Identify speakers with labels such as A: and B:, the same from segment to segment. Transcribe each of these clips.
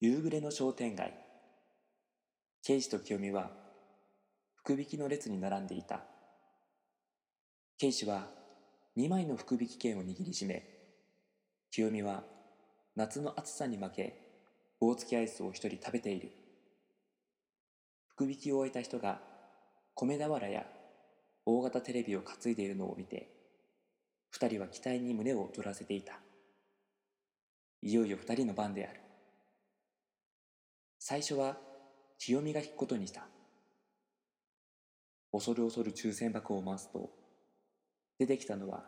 A: 夕暮れの商店街ケイシと清美は福引きの列に並んでいたケイシは2枚の福引き券を握りしめ清美は夏の暑さに負け棒付きアイスを一人食べている福引きを終えた人が米俵や大型テレビを担いでいるのを見て二人は期待に胸を躍らせていたいよいよ二人の番である最初は清美が引くことにした恐る恐る抽選箱を回すと出てきたのは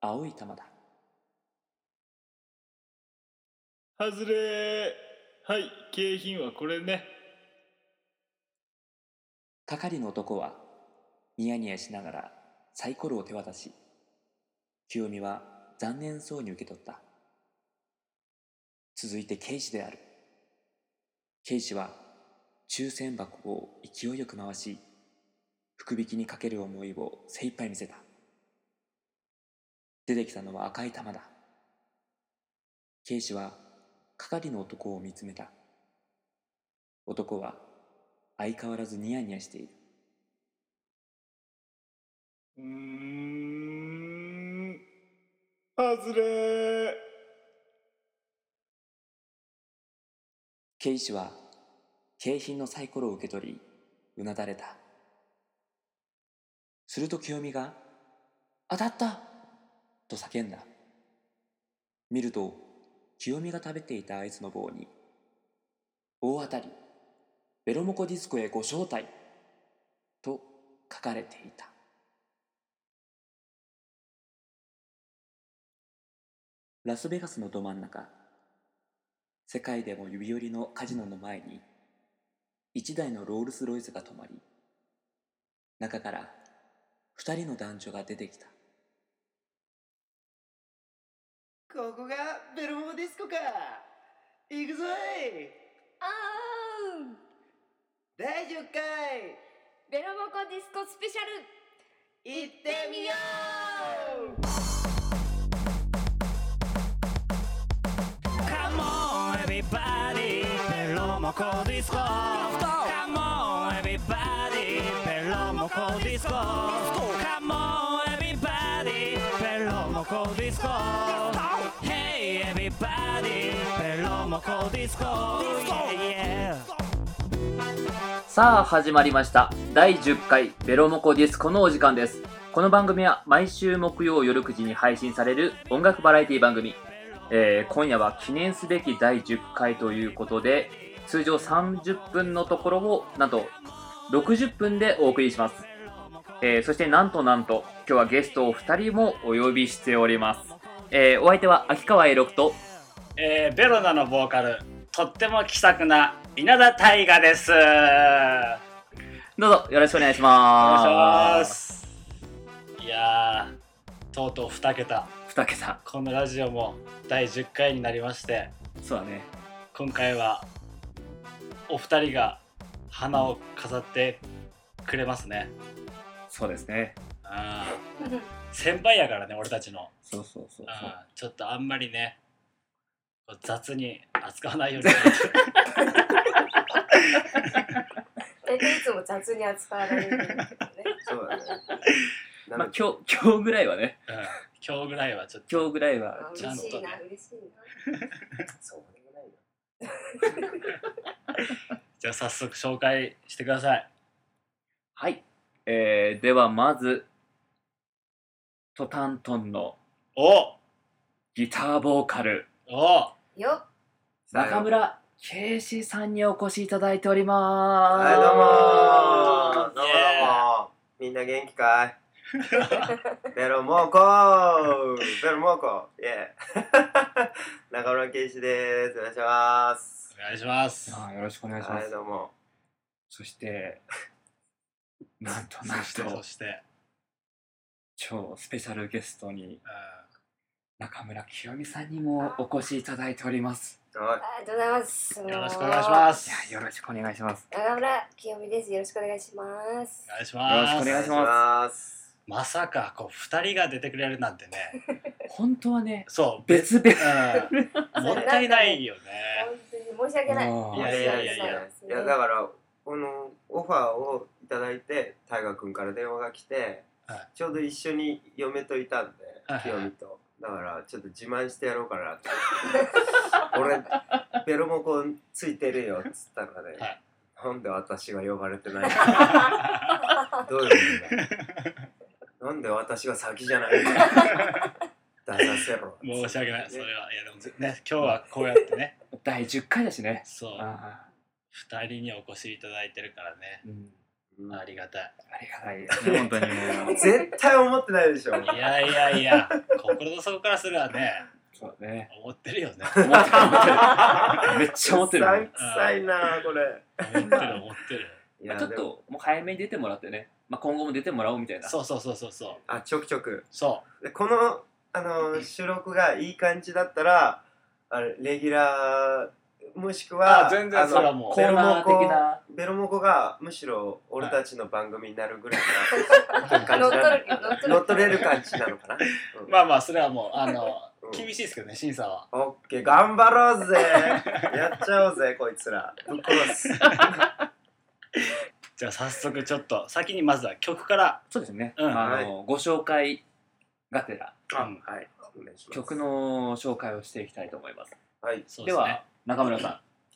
A: 青い玉だ
B: はずれーはい景品はこれね
A: 係の男はニヤニヤしながらサイコロを手渡し清美は残念そうに受け取った続いて警視である警視は抽選箱を勢いよく回し福引きにかける思いを精一杯見せた出てきたのは赤い玉だ警視は係の男を見つめた男は相変わらずニヤニヤしている
B: うーんはずれー
A: 警視は景品のサイコロを受け取りうなだれたすると清美が「当たった!」と叫んだ見ると清美が食べていたアイスの棒に「大当たりベロモコディスコへご招待」と書かれていたラスベガスのど真ん中世界でも指折りのカジノの前に一台のロールス・ロイスが止まり中から二人の男女が出てきた
C: ここがベルモディスコか行くぞい
D: あーん
C: 第10回
D: ベロモコディスコスペシャル
C: 行ってみよう
E: カモンエビバディベロモコディスコカモンエビバディベロモコディスコカモンエビバディベロモコディスコ Hey everybody ベロモコディスコ Yeah yeah
F: さあ始まりました第10回ベロモコディスコのお時間ですこの番組は毎週木曜夜9時に配信される音楽バラエティ番組、えー今夜は記念すべき第10回ということで通常30分のところをなんと60分でお送りします、えーそしてなんとなんと今日はゲストを2人もお呼びしております、えーお相手は秋川栄六と
G: えーベロナのボーカルとっても気さくな稲田大我ですお願いし
F: どうぞよろしくお願いします
G: ますいやーとうとう2桁
F: 二桁
G: このラジオも第10回になりまして
F: そうだね
G: 今回はお二人が花を飾ってくれますね
F: そうですね
G: あー先輩やからね俺たちの
F: そうそうそうそう
G: あーちょっとあんまりねこう雑に扱 わないように
H: 大体いつも雑に扱われるんだけどね。
C: そうだね
F: まあ、今日今日ぐらいはね
G: うん今日ぐらいはちょっと
F: 今日ぐらいは
H: あ
G: ちゃんと
H: 嬉
G: ね
H: しいな、嬉しいな。
C: そうでもないよ
G: じゃあ早速紹介してください
F: はい、えー、ではまずトタントンの
G: お
F: ギターボーカル
G: お
H: よっ、
F: 中村圭司さんにお越しいただいておりま
C: はい
F: す
C: どうもーどうもどう
G: イエ
C: もみんな元気かいベロモコベロモコイエー中村圭司ですお願いします
G: お願いします
F: あーよろしくお願いしま
C: はい
F: す
C: どうも
F: そしてなんとなん
G: そして
F: と
G: そして、
F: 超スペシャルゲストに
G: うん
F: 中村清美さんにもお越しいただいております
C: はい
H: ありがとうございます。
G: よろしくお願いします。
F: いやよろしくお願いします
H: 中村清美です。よろしくお願いします
G: お。願いし
F: よろしく
G: ま
F: お願い
G: す。
F: し
C: お願いし
F: ま
C: ます
G: まさかこう二人が出てくれるなんてね。
F: 本当はね
G: そ
F: 別々
G: う、うん、もったいないよね。
H: 本当にも申し訳ない。
I: あ
G: いや
I: ー
G: いやいやいや
E: いやだからこのオファーをいただいて大河君から電話が来て、
G: はい
E: ちょうど一緒に嫁といたんで
G: はいはい
E: 清美とだからちょっと自慢してやろうかなって俺ベロモコンついてるよっつったらね、
G: はい
E: なんで私が呼ばれてないのどういう意味だなんで私が先じゃないの出させろ
G: 申し訳ない、それ
E: ね
G: は。いや、でもずね、今日はこうやってね、
A: 第10回だしね。
G: そう、
A: あ
G: 二人にお越しいただいてるからね、
A: ーうん
E: うん。
G: ありがたい。
A: ありがたいですね、本当にもう
E: 絶対思ってないでしょ
G: いやいやいや、心の底からするわね、
A: そう ね。
G: 思ってるよね。
A: 思ってる、思ってる。めっちゃ思ってる。
E: うさんくさいなこれ
G: 思ってる、思ってる。
E: い
A: まあ
E: や
A: ちょっ
E: でも
A: と、もう早めに出てもらってね。まあ、今後も出てもらおうみたいな。
G: そうそうそうそうそう。
E: あちょくちょく
G: そ
E: でこのあの収録がいい感じだったらあれレギュラーもしくは
G: あ全然
E: の
G: それはもう
A: コーナー的な。
E: ベロモコがむしろ俺たちの番組になるぐらいな感
H: 乗っ
E: じ
H: 取
E: なの
H: る乗 っ取る
E: 乗っ取れる感じなのかな、
G: う。
E: うん
G: まあまあ、それはもう、あの、
E: うん
G: 厳しいですけどね、審査は。
E: オッケー頑張ろうぜやっちゃおうぜこいつらぶっ殺 す
G: じゃあ早速ちょっと、先にまずは曲から、
A: そうですね、
G: うん
A: あのご紹介がてら
G: うん
E: はいお願いします
A: 曲の紹介をしていきたいと思います
E: はい
G: そう
A: で
G: ですね
A: は。中村さ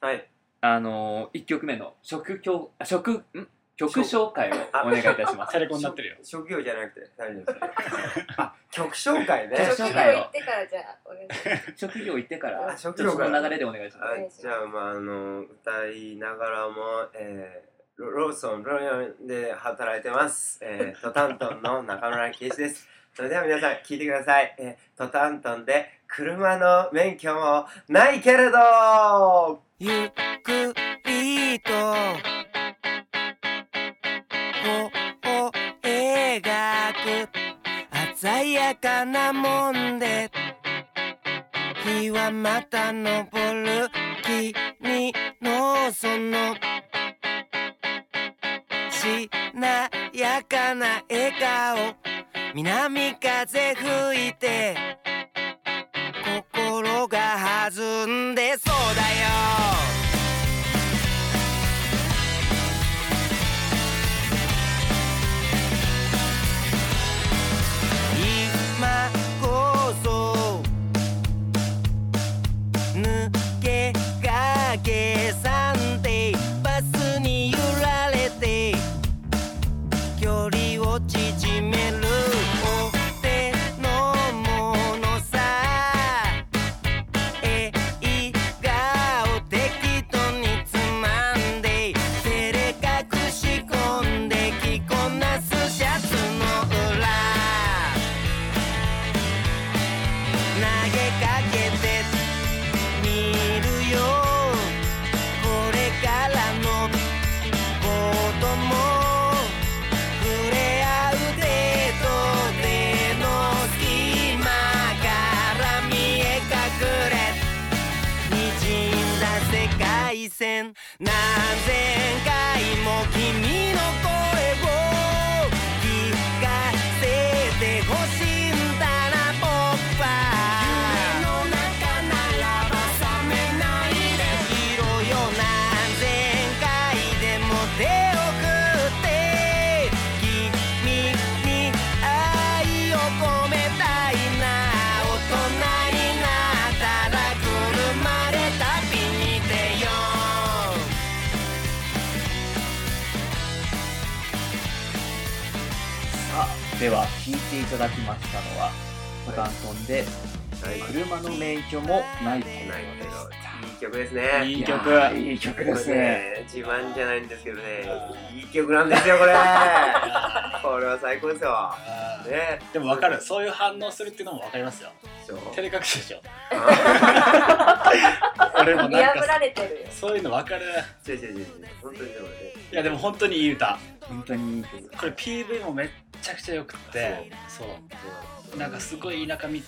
A: ん
E: はい
A: あの1曲目の職業あ職ん曲紹介をお願いいたします
G: テレコになってるよ。
E: 職業じゃなくて大丈夫です あ曲紹介ね
H: 職
A: 紹
H: 業
A: 介
H: 行ってからじゃあお願いします。
A: 職業言ってから
E: あ
A: ちょっ
E: 職
A: と
E: 業
A: そ
E: から
A: の流れでお願いしま
E: はい、じゃあまああの歌いながらも、えー、ロローソンローソンで働いてます、えー、トタントンの中村圭司ですそれでは皆さん聞いてください、えー、トタントンで車の免許もないけれど
J: ゆっくりと弧を描く鮮やかなもんで日はまた昇る君のそのしなやかな笑顔南風吹いて心が弾んでそうだよ今こそ抜けかけさんでバスに揺られて距離を縮めるお手のものさ映画を適当につまんで照れ隠し込んで着こなすシャツの裏投げかけてみるよこれからのことも触れ合うデートでの隙間から見え隠れ滲んだ世界線何千回も君の声を聞かせてほしいんだな僕は夢の中ならば覚めないでいろよ何千回でも手を振って君に愛を込めたいな大人になったら車で旅に出よう
A: すでは聴いていただきましたのはボタントンで
E: はい
A: 車の免許もないけ
E: ないけ
A: れど
E: どいい曲ですね
G: いい曲
A: いやーいい曲ですね
E: これね自慢じゃないんですけどねいい曲なんですよ これこれは最高ですよ
G: あー
E: ね
G: でも分かる、そういう反応するっていうのも分かりますよ。
E: そう
G: 照れ隠しでしょ。
H: 見
G: 俺もなん
H: 破
G: から
H: れてるよ。
G: そういうの分かる。
E: 違う違う違う違う本当にでもね
G: いや、でも本当にいい歌。
A: 本当にいい曲
G: これ PV もめっちゃくちゃよくって、そう。なんかすごい田舎道をね、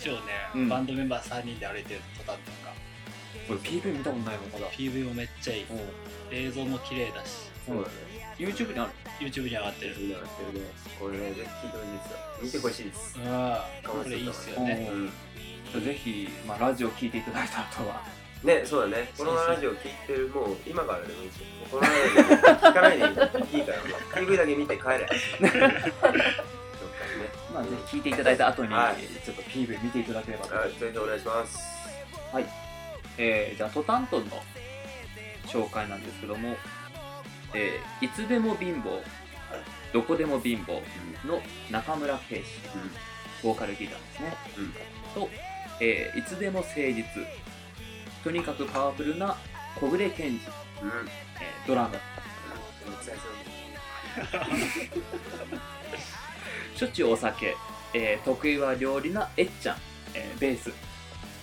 A: うん
G: バンドメンバー3人で歩いてる途端とか、
A: 俺 PV 見たことないもんまだ
G: PV もめっちゃいい。
A: うん
G: 映像も綺麗だし、
E: そうだね
A: YouTube にある
G: YouTube に上がってる。
E: みんなやってるねこれね、ぜひ聞いてほしいですよ。見てほしいです
G: う。ん。これいいっすよね。
E: うん
A: ぜひ、まあ、ラジオ聞いていただいた後は
E: ねそうだねこのラジオ聞いてるもう今からでもいいしこのラジオ聞かないでいいからもう PV だけ見て 帰れどっかにね
A: まあ、ぜひ聞いていただいた後に、
E: はい
A: ちょっと PV 見ていただければと、
E: はいそれでお願いします
A: えーじゃあトタントンの紹介なんですけども「えーいつでも貧乏どこでも貧乏」の中村圭司、ボーカルギターですね、と、えーいつでも誠実」とにかくパワフルな小暮健二、
E: うん
A: えードラム
E: お疲れ様です
A: しょっちゅうお酒、えー得意は料理なえっちゃん、えーベース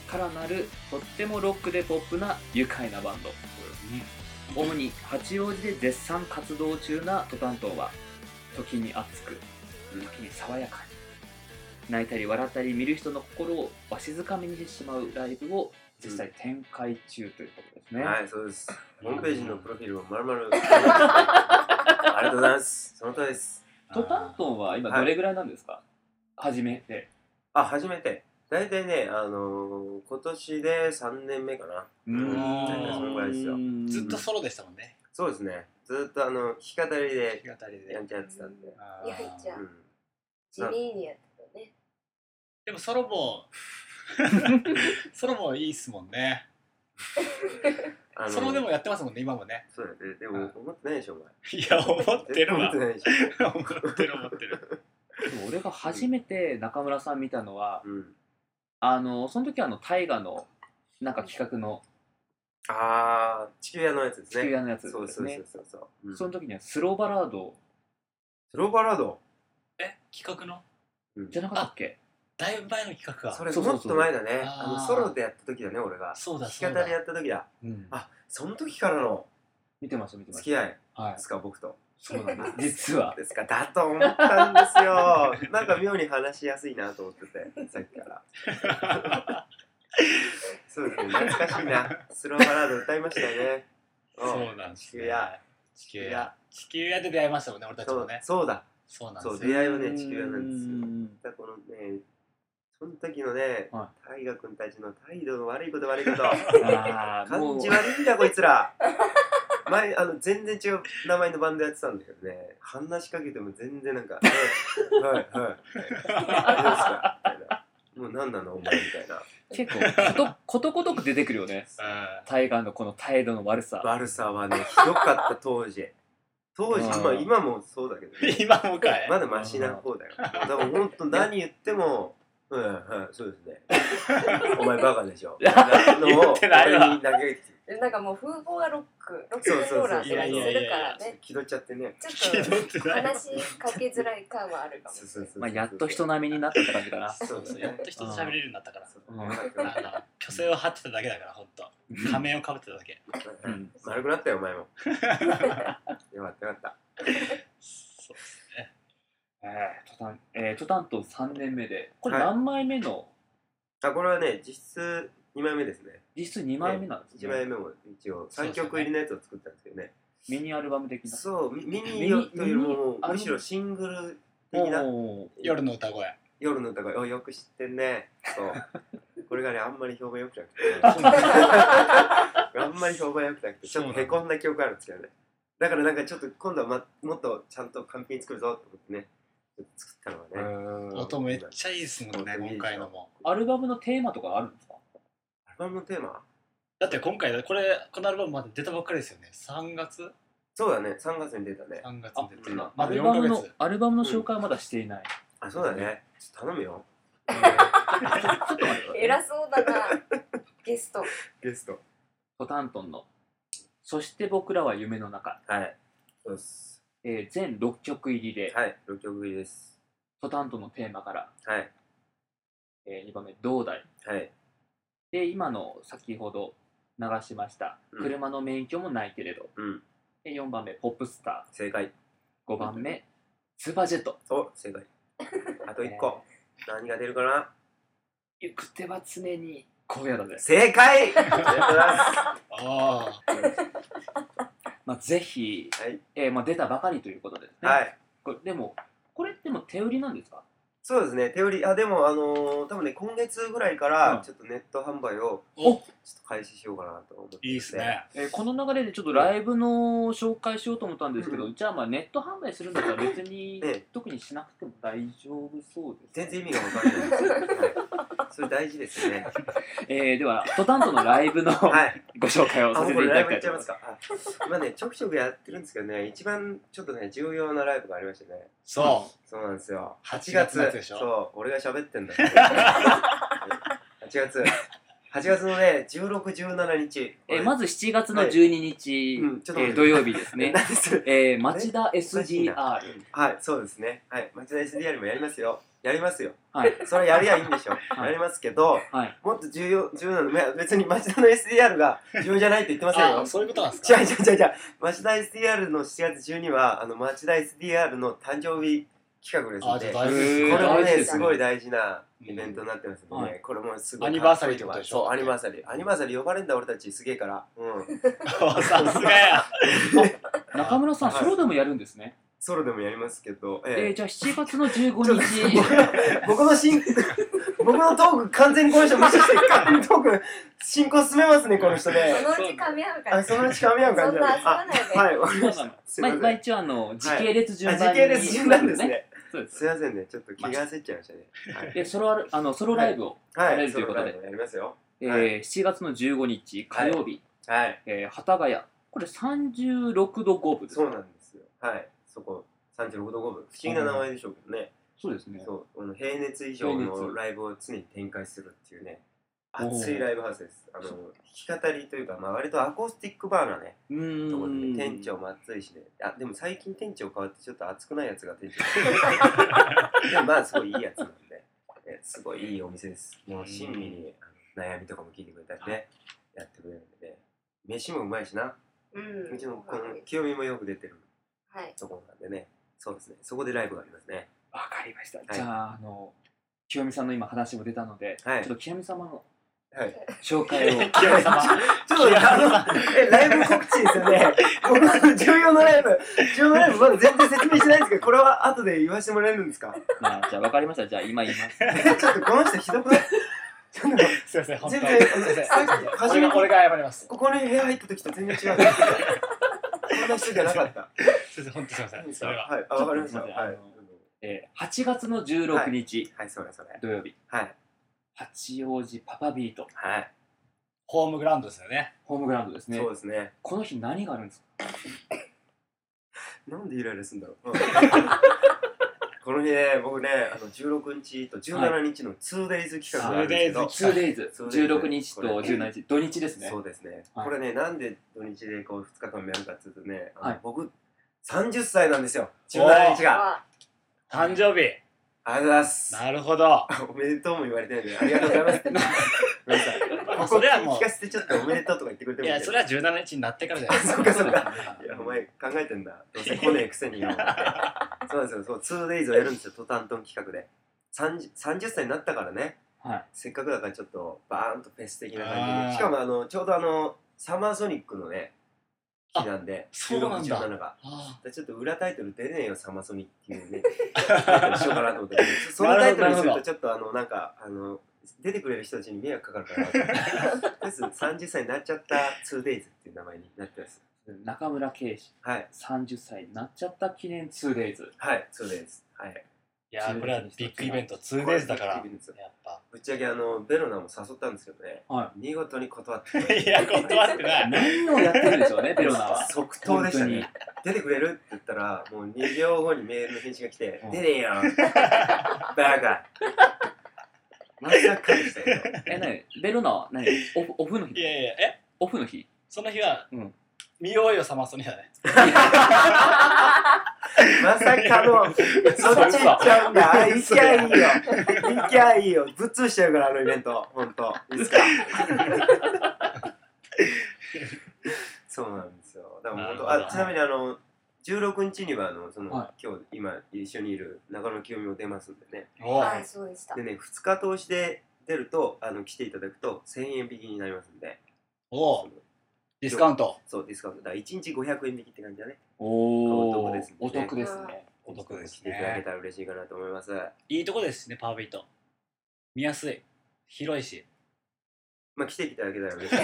A: からなるとってもロックでポップな愉快なバンド、主に八王子で絶賛活動中なトタントンは時に熱く時に爽やかに泣いたり笑ったり見る人の心をわしづかみにしてしまうライブを実際展開中ということですね、
E: はいそうですホームページのプロフィールをまるまるありがとうございますその通りです
A: トタントンは今どれぐらいなんですか、初めて
E: あ初めて大体ねあのー今年で3年目かなうん大体そのぐらいですよ
G: ずっとソロでしたもんね
E: そうですねずっとあの弾き語りで
G: 日たりで
E: やんちゃやってたんで
G: あ
H: いやい
G: ー
H: ちゃ
E: うんん
H: 地味にやってたね
G: でもソロも ソロもいいっすもんね
E: あの
G: ソロでもやってますもんね今もね
E: そうだねでも思ってないでしょお前
G: いや思ってる
E: 思
G: わ
E: ってないでし
G: 思ってる思ってる
A: でも俺が初めて中村さん見たのは
E: ょうん
A: あのその時はあの大河のなんか企画の
E: ああ地球屋のやつです
A: 地球
E: ね
A: 屋のやつ
E: そ
A: で
E: うそ
A: す
E: う
A: ね
E: そうそううん
A: その時にはスローバラード
E: スローバラード
G: え企画の
E: うん
A: じゃなかったっけ
G: だいぶ前の企画か
E: それ
A: そうそうそう
E: もっと前だねあ
G: あ
E: の
G: ー
E: ソロでやった時だね俺が
G: そうだ
E: 弾き
G: そ
E: 語
G: うだ
E: りやった時だ
A: うん
E: あその時からの
A: 見てました見てま
E: 付
A: し
E: き合い
A: たは
E: ですか僕と
A: そうなんです実は
E: ですかだと思ったんです よなんか妙に話しやすいなと思っててさっきから そうですね懐かしいなスローバラード歌いましたよ ね
G: そうんなんです
E: 地球屋
G: 地球屋地球屋で出会いましたもんね俺たち
E: そ
G: も
E: う
G: ね
E: そうだ
G: そうなん
E: そう
G: です
E: 出
G: よ
E: 会いはね地球屋なんですよ
A: す
E: だからこのねその時のね、
A: は
E: 大河君たちの態度の悪いこと悪 いこと
A: ああも
E: 感
A: う
E: じ悪いんだこいつら前あの全然違う名前のバンドやってたんだけどね話しかけても全然なんか「はいはいはい」どうですかみたいな「もう何なのお前」みたいな
A: 結構ことことごとく出てくるよね
G: うん
A: 大河のこの態度の悪さ
E: 悪さはねひどかった当時当時
A: あー
E: まあ今もそうだけど、ね、
G: 今もかい
E: まだマシな方だよだから本当何言っても「うんはいそうですねお前バカでしょ」みたいなの
G: 言
E: を
G: ってないわ
E: 俺に投げて
H: でなんかもう風貌がロックロック
E: そうそうそう
H: ローラーって感じするから
G: いや
H: ね
E: 気取っちゃってね
H: ち
G: 気
H: ょ
G: 取
H: っと
G: ってない
H: 話しかけづらい感はあるかもしれない
A: まあやっと人並みになったって感じかな
E: そうだね
G: やっと人と喋れるようになったから
E: そう丸くなっ
G: あの虚勢を張ってただけだから本当仮面をかぶってただけ
E: た
A: うん
E: 丸くなったよお前もよかったよかった
G: そうですね
A: えートタンえートタントン3年目でこれ
E: はい
A: 何枚目の
E: あこれはね実質2枚目ですね
A: 実質2枚目なんです
E: 1枚
A: ね
E: 目も一応
G: そう
E: 3
G: ですね
E: 曲入りのやつを作ったんですけどね
A: ミニアルバム的な
E: そうミミニよというよりも
A: ミニアルバム
E: むしろシングル的な
A: おー
G: 夜の歌声
E: 夜の歌がおよく知ってんねそうこれがねあんまり評判良くなく
G: そうなんだ
E: て あんまり評判良くなくてちょっとへこんだ記憶あるんですけどねだからなんかちょっと今度は、ま、もっとちゃんと完璧に作るぞって思ってねちょっと作ったのはね
G: 音めっちゃいいですもんね
E: 音いいでしょ
G: 今回のも
A: アルバムのテーマとかあるんですか
E: アルバムのテーマ
G: だって今回これこのアルバムまだ出たばっかりですよね3月
E: そうだね、3月に出たね。
G: 3月
A: あ
G: に出てま
A: ア
G: だ
A: ル
G: 4
A: バ
G: ヶ
A: ムの
G: 月
A: アルバムの紹介はまだしていない、
E: あ、そうだね。ちょっと頼む よ。
A: ちょっと待って
H: 偉そうだなゲスト
E: ゲスト。
A: トタントンの「そして僕らは夢の中
E: はい。そうっす。」
A: えー全6曲入りで、
E: はい、6曲入りです。
A: トタントンのテーマから、
E: はい。
A: え2番目「どうだい
E: はい。」
A: で今の先ほど流しました「
E: うん
A: 車の免許もないけれど」
E: うん。
A: で4番目「ポップスタ
E: 正解。
A: ー」5番目「スーパージェット
E: お、正解。あと1個。何が出るかな」
A: 「行く手は常に荒野だぜ
E: 正解ありがとうございま
G: ああ」
A: まあ、ぜひ、
E: はい
A: えーまあ、出たばかりということです
E: す。
A: ね、
E: はい。
A: これでもこれってもう手売りなんですか
E: そうですね手売りあでもあのー多分ね今月ぐらいから
A: うん
E: ちょっとネット販売をち
G: お
E: ょっと開始しようかなと思ってて
G: いいっすね
A: えーこの流れでちょっとライブの紹介しようと思ったんですけど、うちはまあネット販売するんだったら別に
E: ええ
A: 特にしなくても大丈夫そうで
E: 全
A: す、
E: 然意味が分からないんですけど、はい、それ大事です ね
A: えーではトタンとのライ ブの
E: はい
A: ご紹介を
E: あ、
A: さ
E: も
A: せ
E: う
A: てい
E: これ
A: た
E: ライ
A: だきた
E: ブ行っ
A: い
E: ち
A: と
E: ゃい
A: 思います
E: ますか。あ今ね、ちょくちょくやってるんですけどね、一番ちょっとね、重要なライブがありましたね。
G: そ
E: そうなんですよ。
G: 8月末でしょ
E: そう、俺が喋ってんだ。8月。8月のね、16、17日。
A: えーまず7月の12日、
E: うんちょっと待って
A: えー土曜日ですね
E: 何、です
A: えー町田
E: おかしい
A: SDR
E: なはい、そうですね。はい、町田 SDR もやりますよ。やりますよ。
A: はい
E: それやりゃいいんでしょ。
A: はい
E: やりますけど、
A: はい
E: もっと重要、重要なの、いや別に町田の SDR が重要じゃないって言ってませんよ
G: あ。そういうことなんです
E: 違う
G: か
E: 違う違う違う町田 SDR の7月12はあの町田 SDR の誕生日企画ですの
G: あじゃ
E: で
G: あ大
E: こ
G: 事です
A: えー
E: れも
A: 大事
E: ね
A: です
E: す
A: ね
E: ごい大事なイベントになってますので、
A: は
E: これもすごい
G: アニバーサリーってことでしょ
E: そうアニバーサリーアニバーサリー呼ばれんだ俺たちすげえからうん
G: さすがや
A: 中村さん
E: はい
A: ソロでもやるんですね、
E: ソロでもやりますけど
A: えー
E: ええ
A: じゃあ7月の15
E: ちょっ
A: 日
E: と僕の僕の 進僕のトーク完全にこの人無視して完全にトーク進行進めますねこの人ね
H: そのうち噛み合うから
E: あそのうち噛み合う感じ
H: そんな遊ばないで
E: あはいわかりまし
A: そうな
E: た
A: の
E: す い
A: まあ
E: ません
A: まあ一応あの時系列順
E: あ
A: 番に、
E: 時系列順なんですね
A: そうです
E: すいませんね、ちょっと気が焦っちゃいましたね。
A: でソロアルあのソロライブを、
E: はい、
A: やれるということで
E: そのライブやりますよ。
A: えー
E: は
A: 7月の15日火曜日、
E: はい、
A: えー、幡ヶ谷これ36度5分です
E: そうなんですよ。はい、そこ三十六度五分、不思議な名前でしょうけどね。
A: そうですね
E: そう、あの平熱以上
A: 平
E: の
A: 熱
E: ライブを常に展開するっていうね。
A: おー
E: 熱いライブハウスです。あの
A: そ
E: 弾き語りというか、まあ割とアコースティックバーなね、
A: うーん
E: ところで、ね、店長も熱いしね。あ、でも最近店長変わってちょっと熱くないやつが店 長。でもまあすごいいいやつなんで、えすごいいいお店です。もう親身にあの悩みとかも聞いてくれたりね、やってくれるんで、ね、飯もうまいしな。
H: うん
E: うちのこの清美もよく出てる
H: はい
E: とこなんでね、そうですね、そこでライブがありますね。
A: わかりました、じゃああの清美さんの今話も出たので、
E: はい
A: ちょっと清美様の
E: はい、
A: 紹介 を
G: 清美様
E: ちょっとあのえライブ告知ですよ ね、僕の重要なライブ、重要なライブ、まだ全然説明してないんですけど、これは後で言わせてもらえるんですか、
A: まあじゃあわかりましたじゃあ今言います
E: ちょっとこの人、ひどくない ちょっ
G: すいま せん
E: と
G: 本当
E: 全
G: に
E: 然、
G: すいません
E: 初
G: 俺
E: め
G: が俺が謝ります
E: ここに部屋入った時と全然違う。こんな人じゃなか った。
G: すいません本当にすいませんそれは
E: はい、あ、わかりました。
A: ちょっとすいません
E: はい
A: あの、えー、8月の16日
E: はい、それそれ。
A: 土曜日、
E: はい、
A: 八王子パパビート
E: はい、
G: ホームグラウンドですよね
A: ホームグラウンドですね
E: そうですね。
A: この日何があるんですか
E: なんでイライラするんだろ う。この日ね、僕ね、あの16日と17日の 2days 企画があるんですけど、
G: はい
A: 2days
E: そうですね
A: 16日と17日土日ですね
E: そうですね、
A: はい
E: これね、なんで土日でこう2日間もやるかっていうとね、あの
A: はい
E: 僕30歳なんですよ、17日が。
H: は
G: 誕生日
E: ありがとうございます。
G: なるほど
E: おめでとうも言われてないので、ありがとうございます。ごめんなさい。ここ
G: それはもう
E: 聞かせてちょっとおめでとうとか言ってくれて
G: い
E: もいい
G: やそれは17日になってからじゃないです
E: そ
G: か
E: うかそうか。いや、お前考えてんだ。どうせ来ねえくせによ。そうなんですよ。そう、2days をやるんですよ、トタントン企画で。30, 30歳になったからね、
A: はい
E: せっかくだからちょっとバーンとフェス的な感じ
G: あー
E: でしかもあのちょうどあのサマーソニックのね日なんで
G: そうなんだ
E: 16 17が
G: あ
E: ちょっと裏タイトル出ねえよサマソニっていうねタイトルしようかなと思ってそのタイトルにするとちょっとあのなんかあの出てくれる人たちに迷惑かかるからとりあえず30歳になっちゃった 2days っていう名前になってます
A: 中村圭司
E: はい
A: 30歳になっちゃった記念 2days
E: はいそうですはい
G: いやーこれはビッグイベント 2days だからやっぱ
E: ぶっちゃけあのベロナも誘ったんですけどね、
A: は
E: 見事に断ってくれ て
G: いや断ってない
A: 何をやってるんでし ょうねペロナは
E: 即答でしたね出てくれるって言ったらもう2秒後にメールの返信が来て
A: う
E: 「
A: ん
E: 出ねえよバカ」 まさかでしたよ
A: え何ベロナは何オフオフの
G: い
A: 日
G: やいやえ
A: オフの日
G: その日は
A: うん
G: 見ようよサマソニだね
E: まさかのそっち行っちゃうんだあ行きゃいいよ行きゃいいよぶっ潰しちゃうからあのイベントほんといいっすかそうなんですよだから本当
G: なる
E: あ
G: ほど
E: ちなみにあの16日にはあのその、
A: は
E: 今日今一緒にいる中野清美も出ますんでね
G: お
H: い
G: お
H: はいそうでした
E: でね2日通しで出るとあの来ていただくと1000円引きになりますんで
G: おうディスカウント
E: そうディスカウントだから1日500円引きって感じだね
A: お
E: お
A: お
E: 得ですね
A: お得ですね
G: お得です
E: 来ていただけ
G: ね
E: たら嬉しいかなと思います。
G: いいとこですねパービート見やすい広いし
E: まあ来ていただけたら嬉しいか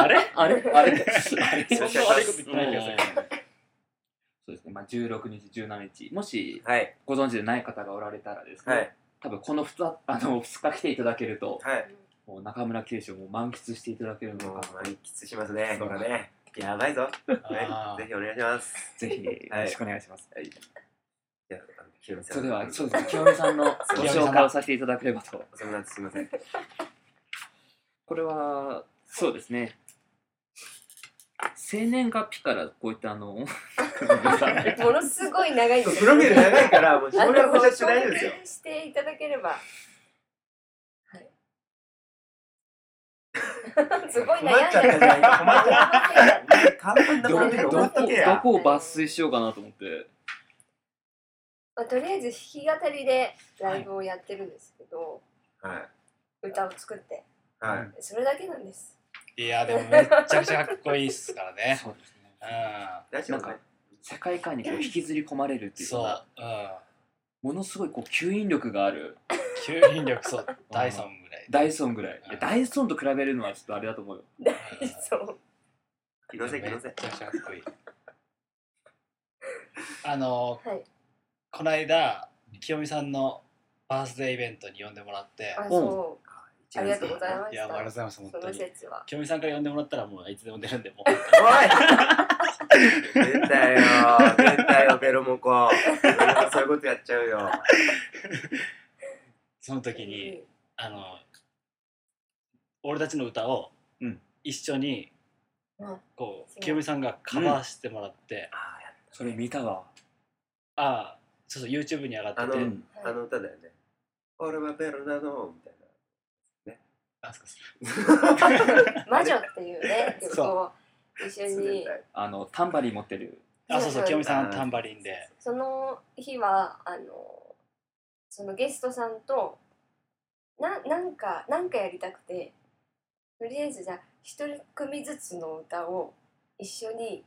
G: あれ
A: あれあれ
G: そんな悪いこと言ってないけどさ
A: そうですね、まあ、16日、17日、もし
E: はい
A: ご存知でない方がおられたらですね、
E: はい
A: 多分この 2, あの2日来ていただけると、
E: はい。
A: もう中村慶賞を満喫していただけるの
E: も
A: が、
E: う満喫しますね。これね。やばいぞ。
G: あ
E: はい。ぜひお願いします。
A: ぜひよろしくお願いします。
E: じゃああの清美さん
A: それでは、そうですね、清美さんのご紹介をさせていただければと。
E: 遅くなってすみま せん。
A: これは、そうですね。生年月日からこういったあの、
H: ものすごい長いんで
E: プロフィール長いから、もう
H: あ
E: 省
H: の
E: 略
H: ご
E: しちゃって
H: 紹
E: 大丈夫ですよ。
H: 介していただければ。はい。 すごい悩ん
E: 困っちゃった
H: で
E: じゃないか。困っちゃっ
H: る。
E: た。簡単なプロフィール
A: ど
E: 終わ
A: こ
E: っとけ
A: ど
E: や。
A: こを抜粋しようかなと思って。
H: まあ、とりあえず弾き語りでライブをやってるんですけど、
E: はい。
H: 歌を作って
E: はい。
H: それだけなんです。
G: ーいやでもめっちゃくちゃかっこいいっすから ね
A: そうですね。
G: う
E: 大丈夫
A: な
E: か
A: んか世界観にこう引きずり込まれるって
G: ん
A: いう
G: そう
A: か、
G: うん
A: ものすごいこう吸引力がある
G: 吸引力そうダイソンぐらい
A: ダイソンぐらい。いや
G: うん
A: ダイソンと比べるのはちょっとあれだと思うよ。
G: うん
H: そう。
E: 気のせい気
G: め
E: の
G: っ
E: せい。
G: ちゃくちゃかっこいいあの
H: はい。
G: この間清美さんのバースデーイベントに呼んでもらって
H: あ、そ
E: 一
H: う。ありがとうござい
E: す。
H: ま
G: い
H: し
G: やありがとうご
H: た。
G: ざいます本
H: そ
G: 当
H: の
G: に
H: 説は。
G: 清美さんから呼んでもらったらもういつでも出るんでもう
E: おい出たよ。出た よ、ベロモコ。ベロモコそういうことやっちゃうよ。
G: その時に、
H: うん
G: あの俺たちの歌を
A: うん
G: 一緒に、
H: うん
G: こ
H: そう
G: う清美さんがカバーしてもらって、
E: あーやっ
A: それ見たわ。
G: ああそうそう YouTube に上がってて
E: あ
G: あ
E: の
G: そう
A: うん
E: たあ の歌だよね。俺はベロなのみたいな。
H: 魔女っていうね、曲を一緒
E: 冷
H: に
E: た。い
A: あの、タンバリン持ってる。
G: あそうそう清美さ
E: あ
G: ん
E: ー
G: タンバリンで
H: その日はあのそのゲストさんとななんかなんかやりたくてとりあえずじゃあ一人組ずつの歌を一緒に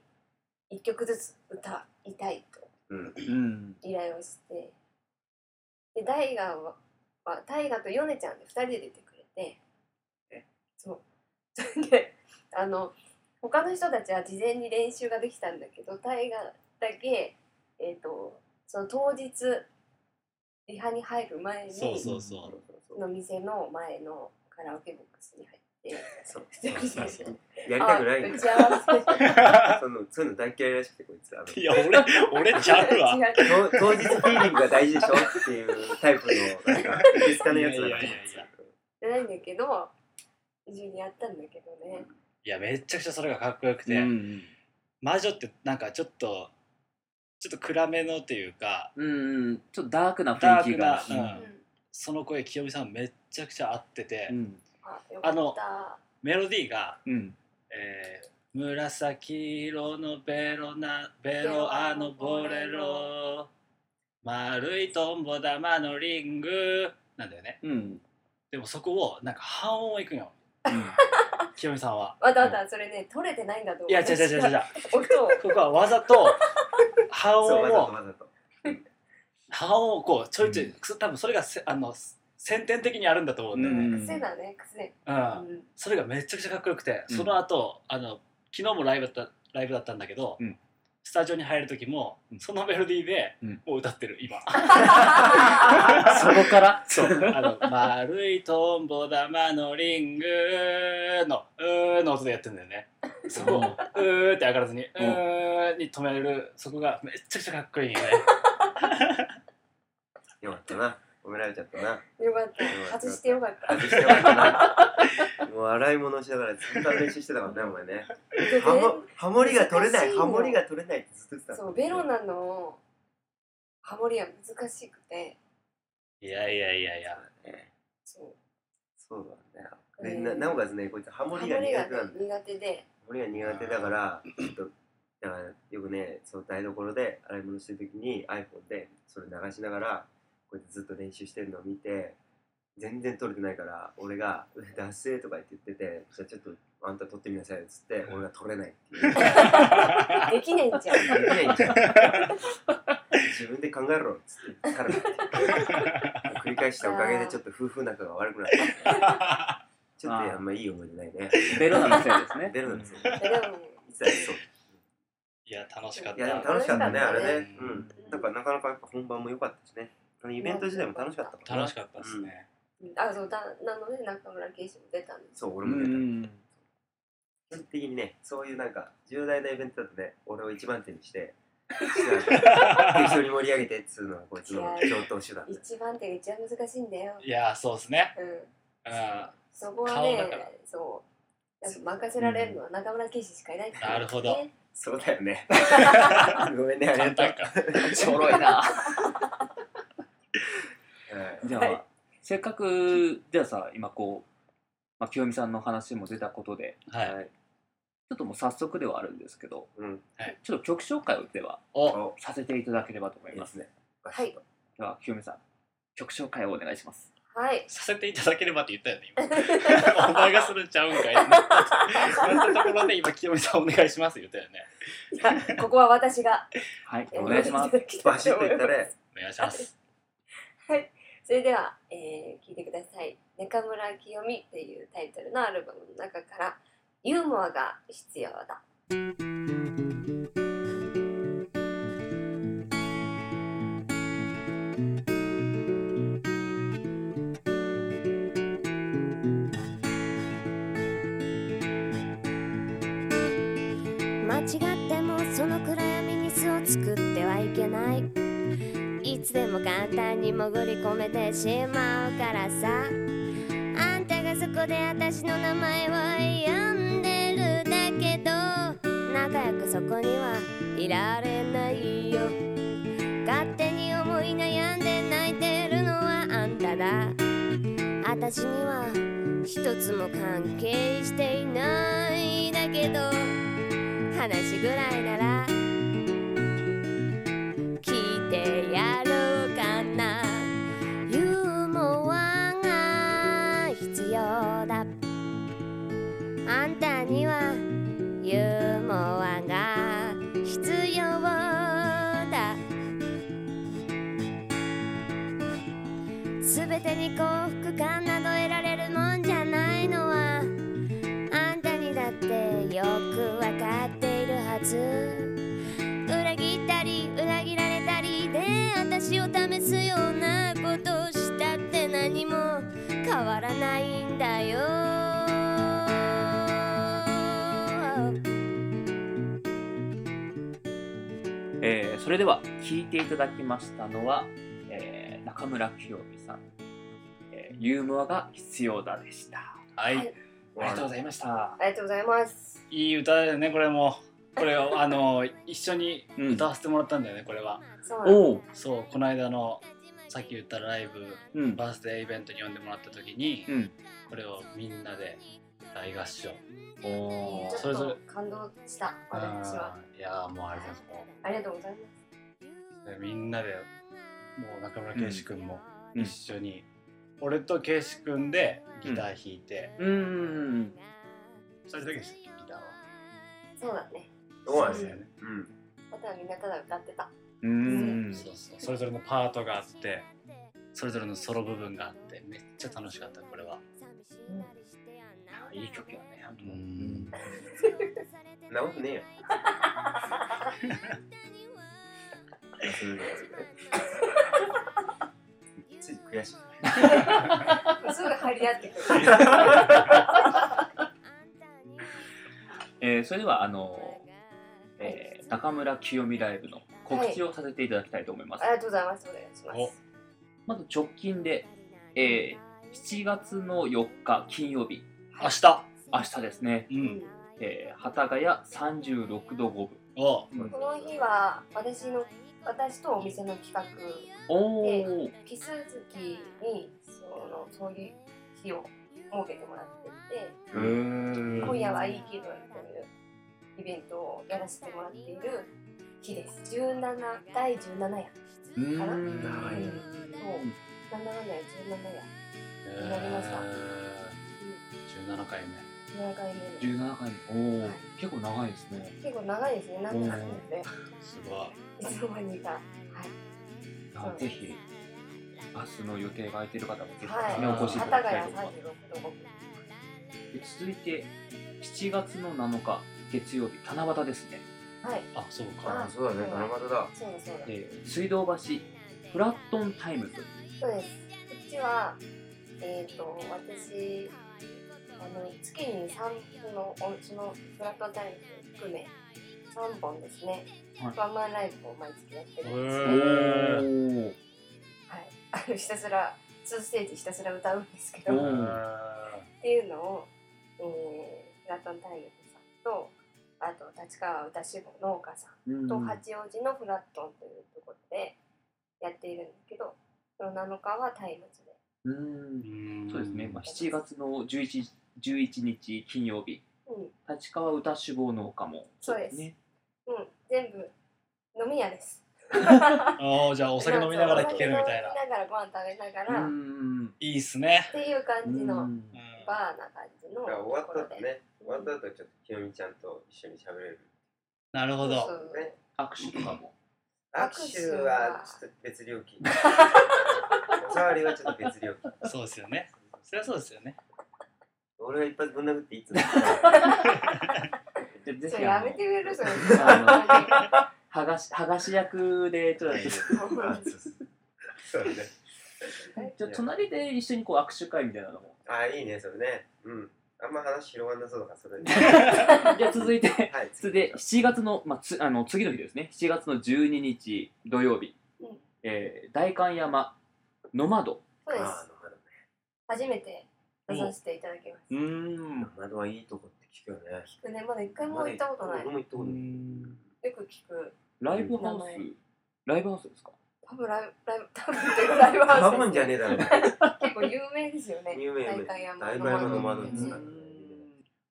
H: 一曲ずつ歌いたいと
E: うん。
A: うん。
H: 依頼をしてで大ガはは大ガとヨネちゃんで2人で出てくれて
E: え
H: そう それであの他の人たちは事前に練習ができたんだけど大ガだけえっ、とその当日リハに入る前に
G: そうそうそう
H: の店の前のカラオケボックスに入って
E: そう
H: 二人で
E: やりたくない
H: あ打
E: んだ
H: ち合わ せ
E: そのそういうの大嫌いらしくてこいつあの
G: いや 俺俺ちゃうわ
H: 違う
E: 当当日フィーリングが大事でしょっていうタイプのなんかリスカのやつだから
G: いやいやいや
H: じゃないんだけど一緒にやったんだけどね
G: いやめちゃくちゃそれがかっこよくて、
A: うん。
G: 魔女ってなんかちょっとちょっと暗めのというか
A: うん。ちょっとダークな雰囲気が
G: ダー。クな
H: う
G: うん
H: ん
G: その声清美さんめっちゃくちゃ合ってて、
A: うん。
H: あよかった
G: メロディーが
A: うん。
G: えー紫色のベロナベロアのボレロ丸いトンボ玉のリングなんだよね
A: うん。うん。
G: でもそこをなんか半音いくんよ清美さんは
H: わたわたそれね取れてないんだと思う
G: いや違う違う違う 違う
H: 音を
G: ここはわざと 半
E: そうわざ
G: 音
E: と
G: を
E: わざと
G: 半音をこうちょいちょい、くす多分それがせあの先天的にあるんだと思うんだよね、うん
H: 癖だね癖うん
G: それがめちゃくちゃかっこよくて、
A: うん
G: その後あの昨日もライブだったライブだったんだけど、
A: うん
G: スタジオに入る時も
A: うん
G: そのメロディーで、
A: うん
G: もう歌ってる 今
A: そこから
G: そうあの「丸いトンボ玉のリング」の「うー」の音でやってんだよねそこを「うー」って上がらずに「うー」に止めるそこがめちゃくちゃかっこいいよね
E: よかったな褒められちゃったな
H: よかった外してよかった
E: 外してよかったなもう洗い物しながらずっと練習してたからねお前ねハモハモリが取れないハモリが取れないってずっと言ってた
H: そうベロ
E: な
H: ナのハモリは難しくて
G: いやいやいやいや
H: そう
E: そうだねでななおかつねこいつハ
H: ハ
E: モ
H: モ
E: リ
H: リが
E: が苦手なんだよ
H: ね苦手で
E: 俺が苦手だから、ちょっと、だからよくね、その台所で洗い物してる時に iPhone でそれ流しながら、こうやってずっと練習してるのを見て、全然取れてないから、俺が、脱水とか言って言ってて、じゃあちょっとあんた取ってみなさいっつって、俺が取れないっていう。
H: できないんじゃん
E: できないんじゃん。自分で考えろっつって彼女が繰り返したおかげでちょっと夫婦仲が悪くなったちょっとね
A: あー
E: あんまいい思い出ないね
A: ベロナのせいですね。
E: 出るんですよ
H: えでも
E: いつだってそう
G: いや楽しかっ
E: いやでも
G: た
E: 楽しかったねあれね
G: う
E: うんんなんかなかなかやっぱ本番も良かったしねあのイベント自体も楽しかったから
G: 楽しかったですね、
H: あそうだなので中村圭司も出たんです
E: そう俺
A: う
E: も出た
A: ん。
E: 基本的にねそういうなんか重大なイベントだとね俺を一番手に して一緒に盛り上げてっつうのがこいつの上等手段だ
H: 一番手が一番難しいんだよ、
G: いやそうですね
H: うん、
G: うんな
H: そこは
G: 顔だ
H: ね
G: から
H: そうやっぱ任せられるのは中村圭司しかいないから、ね
G: るほど
E: そうだよ ねごめんねあ
G: 簡
E: りがとう
G: 単か
A: ちょろいな。
E: はい
A: じゃあ、せっかく、じゃあさ、今こう、まあ、清美さんの話も出たことで、
G: はい
A: ちょっともう早速ではあるんですけど、
E: うん
A: ちょっと曲紹介をでは
G: お
E: お
A: させていただければと思います。
E: ね
H: はい
A: では、清美さん、曲紹介をお願いします。
H: はい
G: させていただければって言ったよね 今お前がするんちゃうんかいってなったところで今清美さんお願いします言ったよね
H: いや ここは私が
A: はい、お願いします。
H: やらせていただきたい
E: バシッ
H: と
E: と
H: 思い
E: い
G: お願
H: ます
E: った ね
G: いします
H: はい、それでは、えー、聞いてください「中村清美」っていうタイトルのアルバムの中から「ユーモアが必要だ」
K: 間違ってもその暗闇に巣を作ってはいけないいつでも簡単に潜り込めてしまうからさあんたがそこで私の名前を呼んでるだけど仲良くそこにはいられないよ勝手に思い悩んで泣いてるのはあんただ私には一つも関係していないだけど話ぐらいなら聞いてやろうかなユーモアが必要だあんたにはユーモアが必要だすべてに幸福感など得られるもんじゃないのはあんたにだってよくわかっているはず裏切ったり裏切られたりで私を試すようなことをしたって何も変わらないんだよ
A: えーそれでは聴いていただきましたのは、えー中村清美さん、えーユーモアが必要だ」でした
G: はい、
H: はい
G: ありがとうございました
H: ありがとうございます
G: いい歌だよねこれもこれ をあの一緒に
A: うん
G: 歌わせてもらったんだよねこれは
H: そうなん
A: おう
G: そうこの間のさっき言ったライブ
A: うん
G: バースデーイベントに呼んでもらった時に
A: うん
G: これをみんなで大合唱
A: おー
H: ち
G: それそ
H: ょ
G: れ
H: っと感動した私は
G: うんいやーもうあれですも
H: ありがとうございます
G: うでみんなでもう中村圭司君も
A: うん
G: 一緒に、俺と圭司君でギター弾いて、
A: うーん
G: それだけでしたっけギターは
H: そうだね
E: そうなん
H: で
E: ですす
H: よ
E: よ
G: ね
E: うん
H: あとはみんなただ歌ってた
A: うーん
G: そうそうそれぞれのパートがあってそれぞれのソロ部分があってめっちゃ楽しかったこれは、
A: あいい曲 やね
G: う、ん、
E: そんなことねえよつい悔しい
H: すぐ張り合ってくる
A: えーそれではあのー、えー 中村清美ライブの告知をさせていただきたいと思います、
H: ありがとうございますお願いします
G: お
A: まず直近で、えー7月の4日金曜日
G: 明日
A: 明日ですね、
G: うん
A: えー、幡ヶ谷36度5分
G: お
H: この日は私の私とお店の企画
A: おお、
H: 奇数月にそのそういう日を設けてもらってて今夜はいい気分というイベントをやらせてもらっている日です。17第17
A: う
H: 夜かな。
A: ー
H: うんんそう
E: はい
H: 17夜
G: え
H: なりました
G: ー、17回目
H: 17夜17回目。
A: 17回目おお、
H: はい
A: 結構長いですね
H: 結構長いですね。なんかね
G: すごい
H: いつの間にか。はい。
A: あぜひ明日の予定が空いてる方もぜひ
H: はい。
A: お越しい
H: 幡
A: た
H: ヶ
A: だきたいと思
H: 谷
A: います
H: 三十六度五
A: で続いて7月の7日月曜日七夕ですね、
H: はい。
G: あそうか
E: あそうだね七夕だ
H: そうだそうだ。
A: えー水道橋フラットンタイムズ
H: そうです。こっちは、えっ、と、私、あの、月に三本の、おそのフラットタイム含め、三本ですね。
A: はい
H: ワンマンライブを毎月やってる
G: へ
H: んですけど、
G: ー
A: ー
H: はい。あ の、ひたすら、2ステージひたすら歌うんですけ
A: お
H: ど、っ
A: ー
H: ていうのを、えー、フラットタイムさんと、あと、立川歌志望農家さん
A: うん
H: と八王子のフラットンというところでやっているんですけど、その7日は松明で。
A: うん
G: ん
A: そうですね、まあ、7月の11 11日金曜日
H: うん。
A: 立川歌手望農家も
H: そうです
A: ね
H: うん、全部飲み屋です。
G: ああじゃあお酒飲みながら聴けるみたいな
H: お酒飲みながらご飯食べなが
A: う
H: ら、っ
A: ん
G: いいっすね
H: ていう感じの
A: うん
G: うん
H: バーな感じの
E: だから
H: と
E: 終
H: こ
E: わ
H: ろ
E: った後
H: で。
E: ね終わった後ちょっときよみちゃんと一緒に喋れる
G: なるほ
H: そうそ
G: ど
H: う
E: ね
A: 握手とかも
E: 握手はちょっと別 料金お触りはちょっと別料金
G: そうですよねそりゃそうですよね
E: 俺は一発ぶん殴っていいっつうの
A: でぜ
H: そ
A: ひ
H: れ
A: あ
H: や
A: の
H: めてくれるそれ。
A: あ剥がし剥がし役でちょっと
E: あそうそうそうだね
A: ちょ隣で一緒にこう握手会みたいなのも。
E: あいいねそれねうんあんま話広がんなそうだからそ れ
A: じゃあ続いて、
E: はい
A: それで7月の、まあ、つあの次の日ですね、7月の12日土曜日、
H: うん
A: えー代官山ノマド。
H: そうで
E: あ
H: す。
E: ー
H: 初めて出させていただきま
A: うー
E: ノ
A: ん。
E: マドノマドはいいとこって聞くよね
H: す。でね、まだ一回も行ったことない。
E: 僕
H: よ
E: も行ったことない
H: く聞く。
A: ライブハウ
H: 名前
A: ス、ライブハウスですか
H: 多分ライブ、ライブ、多分っていうかライブハ
E: 頼 む
H: ウ
E: ん
H: ス
E: じ
H: で
E: ゃ
H: す。
E: ねえだろ
H: 結構有名ですよね。
E: 有名有
H: 代
E: 名
H: 官山
E: 大
H: の
E: 会山の
H: 窓
E: 窓
H: で
E: ですす
H: ね
E: か。らね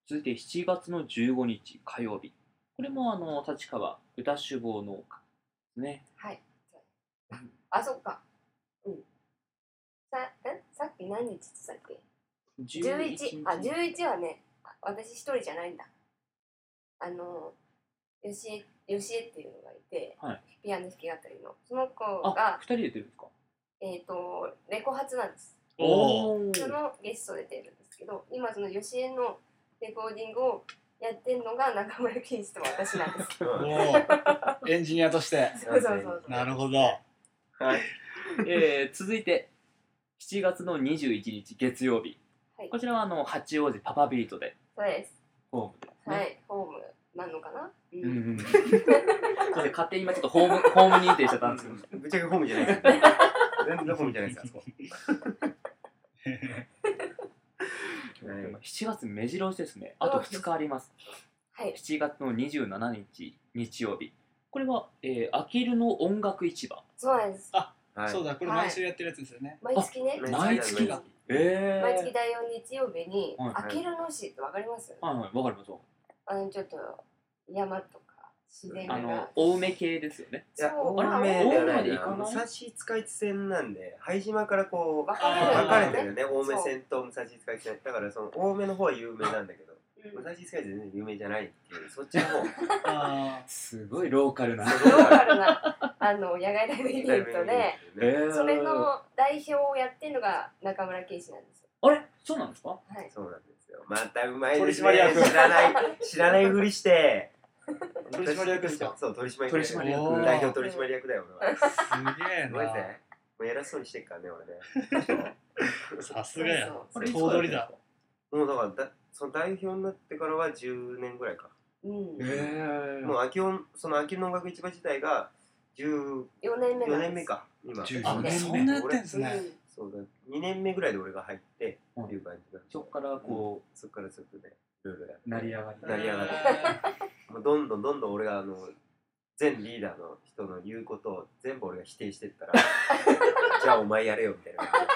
A: 続いて7月の15日火曜日。これもあの立川歌手坊農家ですね。
H: はい。あ、そっか。うん。さ、え、さっき何日って言ってたっけ？十一。あ、十一はね、あ私一人じゃないんだ。あの、よしえ、よしえっていうのがいて、
A: はい
H: ピアノ弾き語りの、その子
A: あ
H: が、
A: 二人で出るんですか
H: えっ、と、レコ発なんです。
G: おお
A: お
H: そ
A: ー
H: のゲストで出てるんですけど、今そのよしえのレコーディングをやってるのが中村健一と私な んです。
E: うん
G: エンジニアとして
H: そうそうそうそう。
G: なるほど
A: はい、 えー続いて7月の21日月曜日、
H: はい
A: こちらはあの八王子パパビートで
H: そうです。
A: ホーム
H: は
A: で
H: い、ホームなのかな。う
A: すね、うん うん、すいません勝手に今ちょっとホームホーム認定しちゃったんですけど
E: ぶっちゃけホームじゃないですよね全然ホームじゃないで すよあそこはい
A: 7月目白押しですねあと2日あります
H: はい。
A: 7月の27日日曜日これは、えー、あきるの音楽市場
H: そうなんです。
E: はい
G: そうだこれ毎週やってるやつですよね
H: 毎月ね。
A: 毎月がえ
H: 毎月第4日曜日に、
A: はいはい
H: あきる野市ってわかります
A: はいはいわかりますわ
H: あの、ちょっと山とか自然
A: あの
H: が。
A: 青梅系ですよね
E: いや、
H: そう
E: 青梅ではな
A: 青梅で
E: い
A: 行か
E: な。
A: ない
E: 武蔵使い線なんで、拝島からこう、
H: 分
G: あー
E: 分か
H: か
E: れ
H: れ
E: て
H: て
E: る
H: る
E: よ
H: の
E: ね。青梅線と武蔵使い線。だから、その、青梅の方は有名なんだけ
H: ね。
E: ど、
H: う
E: 武
H: ん
E: 蔵使い線全然有名じゃないっていう、そっちの方。
G: あ
A: すごいローカルな
H: ローカルなあの野外ライブイベントで、
E: え
H: それの代表をやってるのが中村圭司なんですよ。
A: あれそうなんですか
H: はい。
E: そうなんですよ。またうまいですね。
G: 取締役
E: 知らない、知らないふりして。
G: 取締役ですか
E: そう、取締役。
A: 取締役
G: おー
E: 代表取締役だよ、俺は。
G: あすげえ
E: すごい
G: な
E: ぜ。もう偉そうにしてっからね、俺ね。
G: さすがや
H: そう
G: 頭取だ
E: もうだからだ、その代表になってからは10年ぐらいか。
H: そううん。
A: え
E: もう秋音その秋音の音楽市場自体が14
H: 4年目なんです。
E: 年目。か今
G: あ
A: 14年目
G: そんなやってんす
H: うん。
G: ね
E: そうだ2年目ぐらいで俺が入って
A: うん
E: っていう感じが
A: そこからこ
E: そっからちょっとねいろいろやって
A: う成り上がり
E: 成り上がもうどんどんどんどん俺があの全リーダーの人の言うことを全部俺が否定してっ たらじゃあお前やれよみたいな感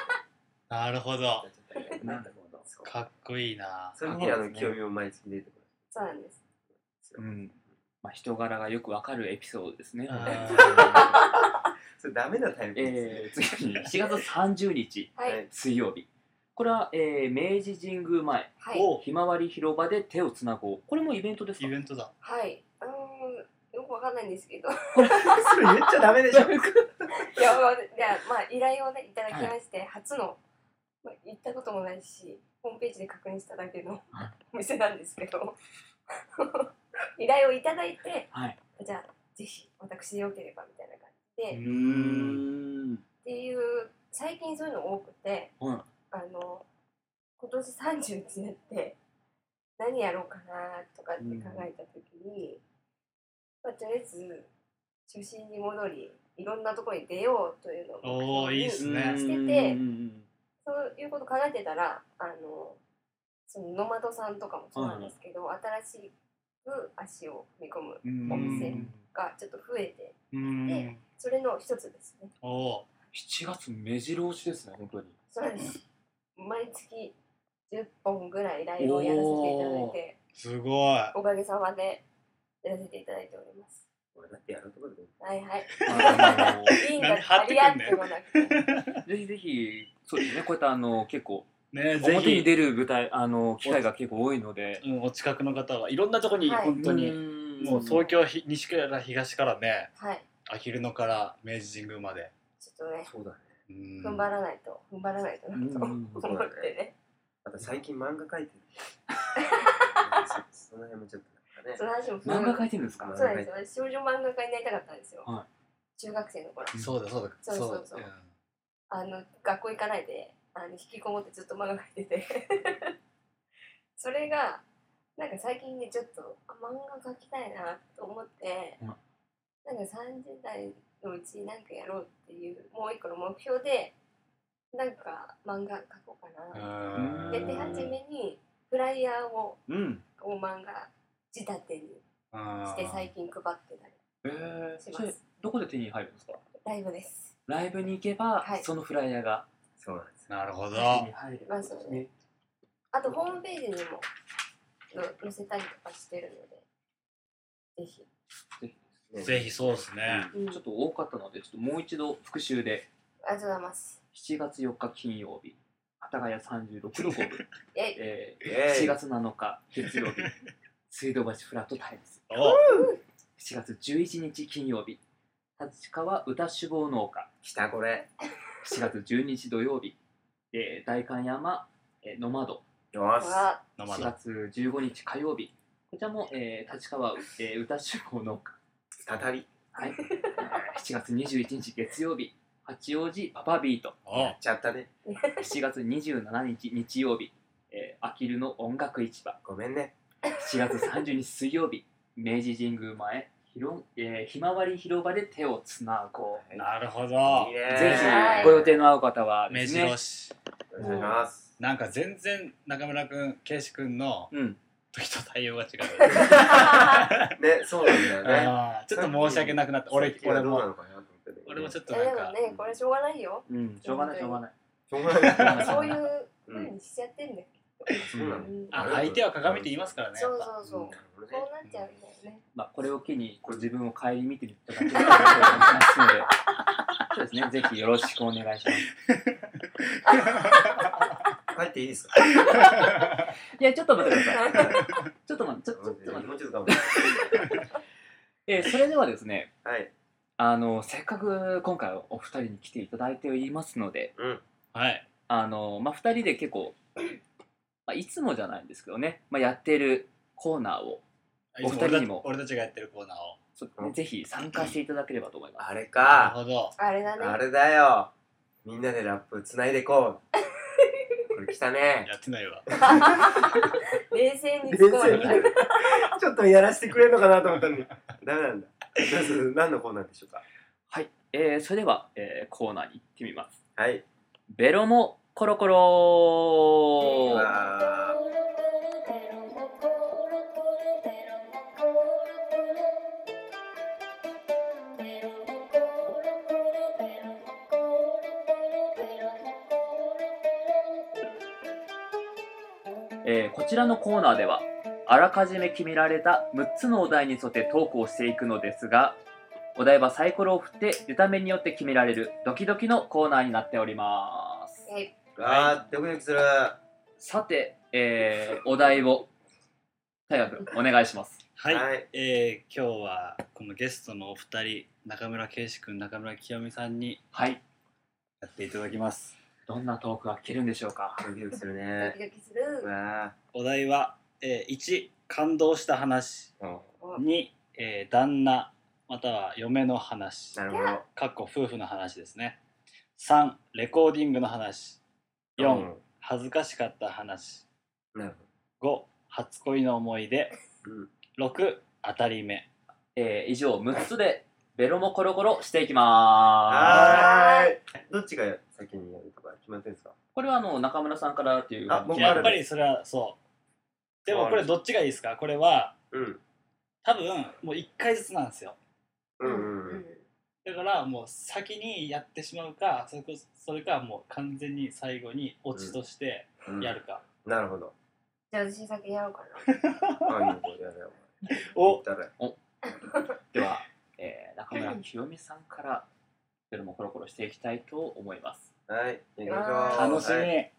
G: なるほど
E: じになっちゃっ
A: なる
E: たり
A: ほど
E: そう
G: かっこいいな
E: それにあ
A: かっこいい
E: の
A: ですね
E: 清美も毎月出てくる
H: そうなんです。
A: うんまあ人柄がよくわかるエピソードですね
G: あ
E: それダメなタイミングで
A: え
E: すね
A: ー次 に4月30日
H: は
E: はい い。
A: 水曜日これは、えー明治神宮前
G: ー
H: はい。
G: お
A: ひまわり広場で手をつなごうこれもイベントですか
G: イベントだ
H: はい。うーん。よくわかんないんですけ ど。
E: それ言っちゃダメでしょ
H: いや、まあ、いやまあ依頼をね、いただきまして、初の、まあ、行ったこともないし、ホームページで確認しただけのお店なんですけど、 依頼をいただいて、
A: はい
H: じゃあ、ぜひ、私でよければみたいな感じで、
A: う
H: っ
A: ん。
H: ていう、最近そういうの多くて、
A: はい
H: あの、今年30になって、何やろうかなとかって考えたときに、まあ、とりあえず、初心に戻り、いろんなところに出ようというの
G: おーいいっすね
H: してて、そういうこと考えてたら、あの、そのノマドさんとかもそうなんですけど、新しく足を踏み込むお店がちょっと増えて、
G: うん
H: でそれの一つですね。
G: おお
A: 7月目白押しですね、本当に。
H: そうなんです。毎月10本ぐらいライブをやらせていただいて、
G: すごい
H: おかげさまでやらせていただいております。
E: 俺だってやるとこだよ
H: はいはい。
A: あの
H: 因果ありあってもなく て。
A: ぜひぜひ、そうですね、こういったあの結構、
G: ねぜ
A: 表に
G: ひ、
A: 出る舞台、あの機会が結構多いので、
G: うん、お近くの方はいろんなとこに
H: はい
G: 本当に、
A: に
G: もう東京ひ西から東からね
H: はい。
G: あきる野から明治神宮まで、
H: ちょっとね、
E: そうだね
G: うん
H: 踏ん張らないと、踏ん張らないとなと
A: う
H: 思
A: ん
H: ってね。
E: あと最近漫画描いてるそその辺もちょっとなん
H: そ
E: かね
H: の話もすごい
A: 漫画描いてるんですか
E: 漫
H: そう
E: 画
H: な
E: 描
H: ん
E: い
H: で
E: て
H: すよ。私
E: る
H: 少女漫画家になりたかったんですよ。
A: は
H: 中学生の頃。
G: そうだそうだ
H: そうそうそうあの学校行かないであの引きこもってずっと漫画描いてて それがなんか最近ねちょっとあ漫画描きたいなと思って、
A: うん
H: なんか30代のうちになんかやろうっていうもう一個の目標でなんか漫画描こうか
G: う
H: な、
G: ん
H: で手始めにフライヤーを
A: うん。
H: こう漫画仕立てにして最近配ってたり
A: えー、
H: し
A: そ
H: ま
A: れ
H: す
A: どこで手に入るんですか
H: ライブです
A: ライブに行けば、
H: はい
A: そのフライヤーが
E: そうなんです
G: なるほど
A: 手に入るんです
H: まあそう
A: ね
H: ね。あとホームページにもの載せたりとかしてるので、ぜひ。
E: ね
G: ぜひそうですね、
H: うん
A: ちょっと多かったので、ちょっともう一度復習で、
H: ありがとうございます。
A: 7月4日金曜日、幡ヶ谷36のホーム、
H: えい、
A: え
E: イ
A: ー、
E: エー
A: 7
E: イ
A: 月7日月曜日、水道橋フラットタイムズ。
G: お
A: 7月11日金曜日立川歌手望農家
E: 来たこれ
A: 7月12日土曜日、えー、代官山、えー、ノマド
E: よし
H: は、
G: 生
A: 4
G: だ
A: 月15日火曜日こちらも、えー、立川、えー、歌手望農家、
E: 再び
A: はい、えー7月21日月曜日八王子パパビート
G: お
E: ちゃったね
A: 7月27日日曜日、えー、あきるの音楽市場
E: ごめんね
A: 7月30日水曜日明治神宮前ひろ、えー、ひまわり広場で手をつなごう
G: なるほど
E: いい
A: ぜ
E: ね
A: ひご予定の合う方は
G: 目
A: ですね
G: 白。し
E: お願いします
G: なんか全然中村君圭司君の
A: うん。
G: 時と対応が違う
E: ねそうなんだよね
G: あーちょっと申し訳なくなった俺
E: 俺
G: 俺
E: もどうな
G: も
E: のかなと思ってね
G: 俺もちょっ
H: い
G: と
H: や
G: なん
H: でも
G: か
H: ね、これしょうがない よ。
A: うん。しょうがないしょうがない。
E: しょうがな
A: し
E: い
A: ょうがない
H: そういう風にしちゃってんだよ。
E: そうなの
H: うん
G: あ相手は鏡って言いますからねや
H: そ
G: っ
H: う
G: ぱ
H: そうそう。
E: なるほど
H: そ
E: ね
H: うなっちゃうんだよね。
A: まあこれを機にこう自分を顧みていただければと思いますので、そうですね。ぜひよろしくお願いします。
E: 帰っていいですか
A: いやちょっと待ってください。 ちょっと待って、ちょちょっと待って。
E: もうちょっと我慢
A: えーそれではですね、
E: はい
A: あのせっかく今回お二人に来ていただいていますので、
E: うん
G: はい
A: あのまあ二人で結構、まあいつもじゃないんですけどね、まあやってるコーナーをお二人にも
G: 俺た俺たちがやってるコーナーを
A: ちょっとねぜひ参加していただければと思います。
E: あれ
G: な
E: か
G: るほど
H: あれだ
E: あ
H: ね。
E: れだよみんなでラップつないでいこうこれ来たね
G: やってないわ
H: 冷静に使われた。
E: ちょっとやらせてくれるのかなと思ったのにダメなんだ何のコーナーでしょうか
A: えーそれでは、えーコーナーに行ってみます。
E: はい
A: ベロもコロコロ
E: あ
A: えーこちらのコーナーではあらかじめ決められた6つのお題に沿ってトークをしていくのですがお題はサイコロを振って出た目によって決められるドキドキのコーナーになっております
H: はい
E: ーあードキドキする
A: さて、えーお題を太陽君お願いします
G: はい、
E: はい
G: えー今日はこのゲストのお二人中村圭司君中村清美さんに
A: はい。
G: やっていただきます
A: どんなトークが聞けるんでしょうか。
E: ドキドキする
H: ド
E: ね
H: キドキする
E: う。わ
G: お題は、えー1感動した話
E: ーうん
G: 2、えー旦那または嫁の話
E: なるほど
G: かっこ夫婦の話ですね3レコーディングの話4、恥ずかしかった話
E: うんなる
G: 5初恋の思い出
E: ほどうん
G: 6当たり目
A: えー、以上6つでベロもコロコロしていきまーす。
E: はーいどっちが先にやるとか決まってるんですか
A: これはあの中村さんからっていう
E: あ僕
G: やっぱりそれはそうでもこれどっちがいいですかこれは
E: うん
G: 多分もう1回ずつなんですよ
E: うんう
H: うんん
G: だからもう先にやってしまうかそれこそそれかもう完全に最後にオチとして
E: うん
G: やるか、
E: なるほど
H: じゃあ私先にやろうか
E: 何をやれよ言っ
G: お
E: たら
A: では、えー、中村清美さんからベロもコロコロしていきたいと思います。
E: はい行きまし
H: わ
E: ょう
G: 楽しみ、
E: はい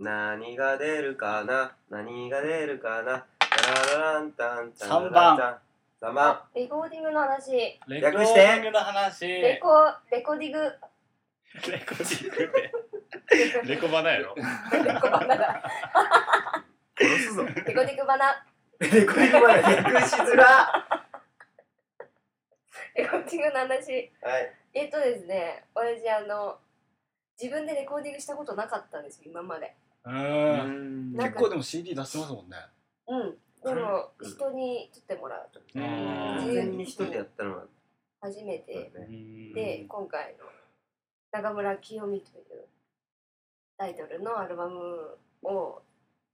E: 何が出るかな何が出るかなタララランタンタララランタン三 番
H: な。レコーディングの話。レ
G: レコー
E: 略して
G: ディングの話レコ
H: コレコーディング。
G: ーディングってレコバナやろ
H: レコバナだ。
E: 殺すぞ
H: レコーディングバナ。
E: レコーディングまでレクしづら
H: レコーディングの話。
E: はい
H: えっとですね、私あの自分でレコーディングしたことなかったんですよ今まで。
G: うん
A: ん
H: なん
G: 結
H: か
G: 構でも CD 出してますもんね
H: うん。でも人に撮ってもらうと
G: うん
E: 完全に一人でやったのは
H: 初めて
E: そうだね
H: で今回の中村清美というタイトルのアルバムを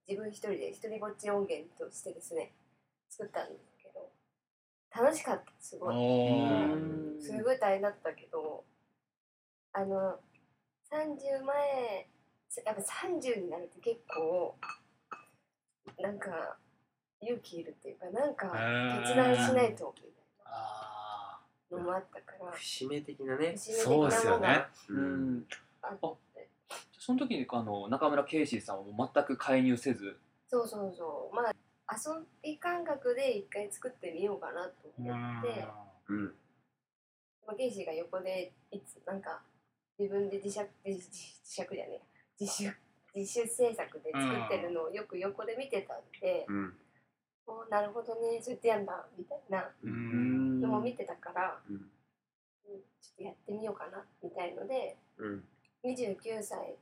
H: 自分一人で一人ぼっち音源としてですね作ったんですけど楽しかったすごい。
G: お
E: う
G: ー
E: ん
H: すごい大変だったけどあの30前すやっぱ30になると結構なんか勇気いるっていうかなんか
G: うん
H: 決断しないとみ
G: あ
H: たいなのもあったから
E: 節目的なね
H: 節目的
G: そうです
H: なも
G: よ
H: のが
G: ね
E: う
A: うん
H: あ
A: あその時にあの中村圭司さんはもう全く介入せず、
H: そうそうそうまあ遊び感覚で一回作ってみようかなと思ってで
E: うん
H: もゲイシーが横でいつなんか自分で自社自自自作じゃねえ自主自主制作で作ってるのをよく横で見てたんで、
E: うん
H: おなるほどねそうやってやんだみたいな
E: う
A: うんん
H: のも見てたから、
E: うん
H: うんちょっとやってみようかなみたいので
E: うん
H: 29歳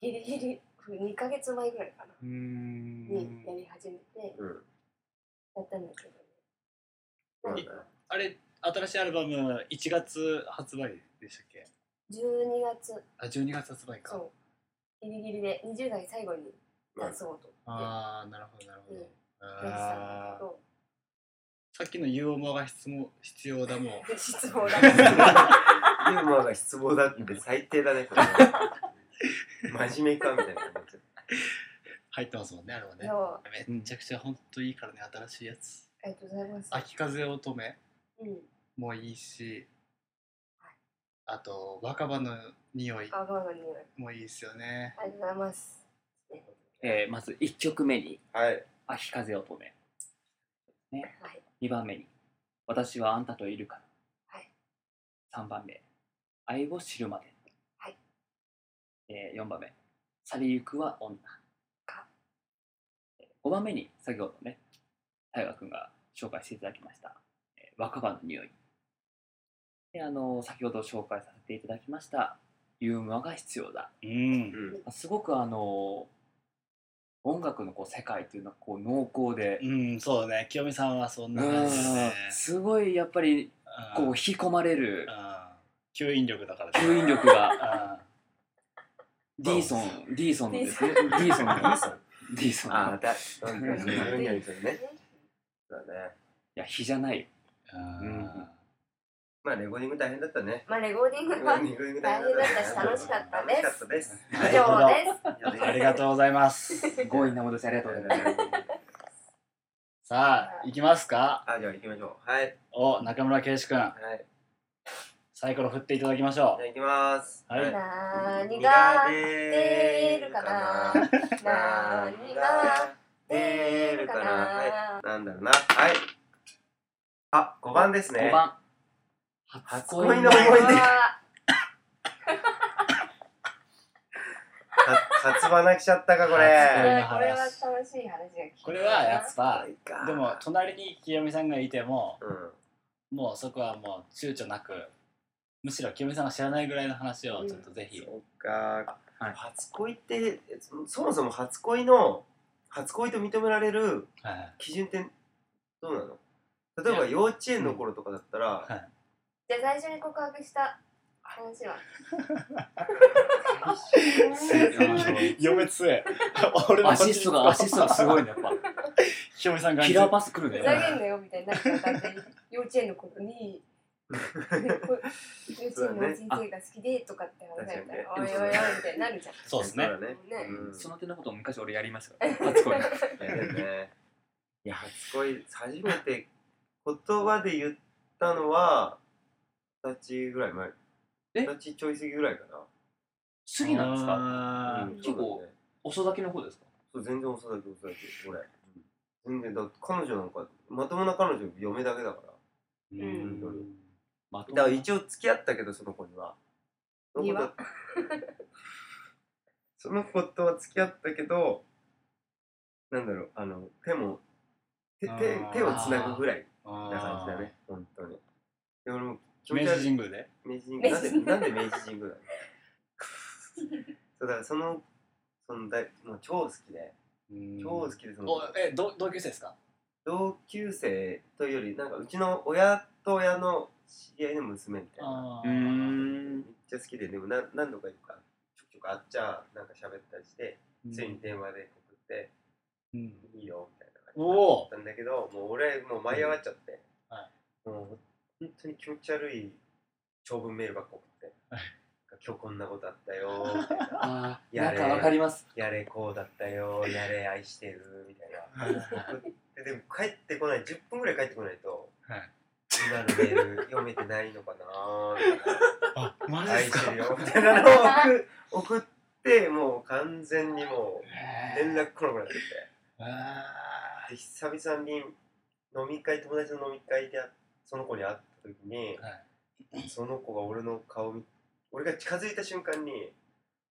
H: ギリギリ2ヶ月前ぐらいかな
G: うー
H: にや
G: ん
H: り始めて
E: うん
H: やったんだけど、
E: そうだね
G: あれ新しいアルバム1月発売でしたっけ
H: 12月
G: あ12月発売か
H: そうギリギリで20代最後に出そうと思って
G: ああなるほどなるほ
H: うん
G: ど
H: 出したん
G: あ
H: だけ
G: ー
H: ど
G: さっきのユーモアが質問必要だもん
H: 失望だった
E: ユーモアが失望だって最低だねこれは真面目かみたいな感じ
G: 入ってますもんねあれはね
H: よ
G: めちゃくちゃ本当いいからね新しいやつ
H: ありがとうございます
G: 「秋風乙女
H: うん」
G: もいいしあと若葉の匂い
H: あごめんごめんごめん
G: もいいですよね
H: ありがとうございます
A: えーまず1曲目に
E: はい
A: 「秋風乙女」ね
H: はい
A: 2番目に「私はあんたといるから」
H: はい
A: 3番目「愛を知るまで」
H: はい
A: え4番目「去りゆくは女」
H: か
A: 5番目に先ほどね大河君が紹介していただきました「えー若葉の匂い」であの先ほど紹介させていただきました「ユーモアが必要だ」
G: うん
E: うん
A: すごくあの音楽のこう世界っていうのはこう濃厚で、
G: うん、そうだね。清美さんはそんな
A: う
G: 感
A: ん
G: じですね。
A: すごいやっぱりこう
G: うん
A: 引き込まれる
G: うん吸引力だからね。
A: 吸引力 が
G: あ
A: ディーソンディーソンのですねデ
H: デ
A: ィーソン の
E: あ
A: ディーソンの
E: あ
A: い
E: だなんか自分には言うねそうだね
A: や比じゃない
G: ー
A: うん
E: まあレコーディング大変だったね
H: まあレコーディング
E: レコ
H: は
E: ーディング
H: 大
E: 大
H: 変だっ
E: 変だったた
H: し
E: ね
H: 楽しかった
E: 楽し
H: で
E: かっ
H: す
E: たです
H: 以上です
G: ありがとうございます。
A: 強引なものですありがとうございます
G: さあ、行きますか。
E: あじゃあ行きましょうはい
G: お、中村圭司君、
E: はい
G: サイコロ振っていただきましょ
E: じゃあ行きます
G: はい
H: 何が出るかな何が
E: 出るかなはいなんだろうなはいあ5番ですね
A: 5番。
E: 初恋の思い出
H: あ
E: 初初花来ちゃったかこ
H: ー
E: れ
G: 恋の話
H: これは楽しい話が聞けた
G: これはやっぱ
E: か
G: でも隣に清美さんがいても
E: うん
G: もうそこはもう躊躇なくむしろ清美さんが知らないぐらいの話をちょっとぜひ、
E: そっか、
A: はい
E: 初恋ってそそもそも初恋の初恋と認められる
G: はい
E: 基準ってどうなの例えば
G: いや
E: 幼稚園の頃とかだったら、
H: じゃあ最初に告白した 話は
G: 嫁つえ俺
A: アシストが、アシストがすごいね、やっ
G: 清美さん
A: ぱ。
G: が
A: キラーパス来る
H: ふ
A: ね。
H: ざけんなよみたいになっちゃったんで幼稚園の頃に幼稚園の先生が好きでとかって話だったら、
E: あ
H: おいおいおいみたいになるじゃん
G: そうですね
E: だね
H: ね
E: うん
A: その手のことを昔俺やりましたから。初 恋。
E: だ よねいや初恋初めて言葉で言ったのは二十歳ぐらい前
A: え
E: 二十歳ちょい過ぎぐらいかな
A: 次なんですか
G: か
E: うん
A: 結構
E: そうだね
A: 遅咲きの方ですか
E: そう全然遅だけ遅だけ俺全然だって彼女なんかまともな彼女嫁だけだから
G: うん
A: まとも
E: だ
A: な
E: から一応付き合ったけどその子にはその子
H: に
E: と
H: は
E: その子とは付き合ったけどなんだろうあの手も手手
G: あー
E: 手をつなぐぐらい
G: あー
E: な感じだね本当にで俺も気持
G: 明
E: ち悪
G: 治
E: い
G: 神宮で
E: 明治神宮な
H: 明
E: んで
H: 治神宮
E: なんで明治神宮なのそうだからそのその大もう超好きで超好きでその
G: おえ同同級生ですか
E: 同級生というよりなんかうちの親と親の知り合いの娘みたいな
G: あ
A: うー
E: めっ
A: ん。
E: ちゃ好きででも何何度か言うかちょくちょくあっちゃなんか喋ったりしてついに電話で送って
G: うん
E: 「いいよ」みたいな感じ
G: お
E: だっ
G: お
E: たんだけどもう俺もう舞い上がっちゃって、
G: うんは
E: もう本当に気持ち悪い長文メールばっか送って
G: はい
E: 「今日こんなことあったよ」 みたいな
A: ああ、
E: や
A: な
E: れ
A: んかわかります。
E: 「やれこうだったよ」「やれ愛してる」みたいな。ででも帰ってこない10分ぐらい帰ってこないと、
G: はい
E: 今のメール読めてないのかなーみたいな
G: あマジで
E: 愛
G: す
E: して
G: か
E: るよみたいなのを送送ってもう完全にもう連絡来なくなってて
G: あ
E: で久々に飲み会友達の飲み会でその子に会った時に、
G: は
E: その子が俺の顔見俺が近づいた瞬間に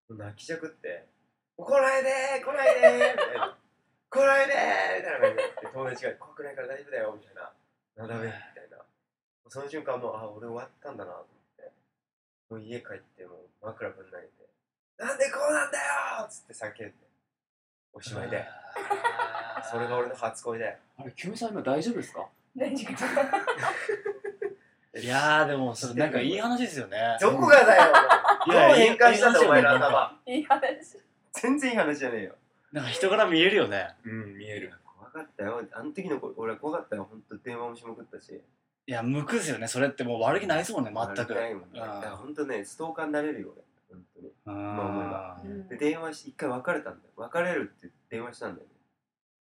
E: もう泣きじゃくって「来ないでー来ないでー」みたいな「来ないでー」みたいな感じになって友達が「怖くないから大丈夫だよ」みたいな「なだべ」みたいなその瞬間もうあ俺終わったんだなと思ってもう家帰ってもう枕ぶん投げて「なんでこうなんだよ!」っつって叫んでおしまいでそれが俺の初恋だよ
A: あれ、キュミさん今大丈夫ですか
H: 何か
G: ーいやーでもそれなんかいい話ですよね
E: どこがだよ
G: い
E: どう
G: やいや
E: 変換したんだ
G: いい話よね
E: お前の頭
H: いい話
E: 全然いい話じゃねえよ
G: なんか人から見えるよね
E: うん見える怖かったよあの時の子俺は怖かったよ本当電話もしまくったし
G: いや向くですよねそれってもう悪気ないですもんね全
E: 悪
G: く
E: くないもんねだから本当ねストーカーになれるよ俺本当に
G: う
E: ま
G: ん
E: で電話し一回別れたんだよ別れるって電話したんだよね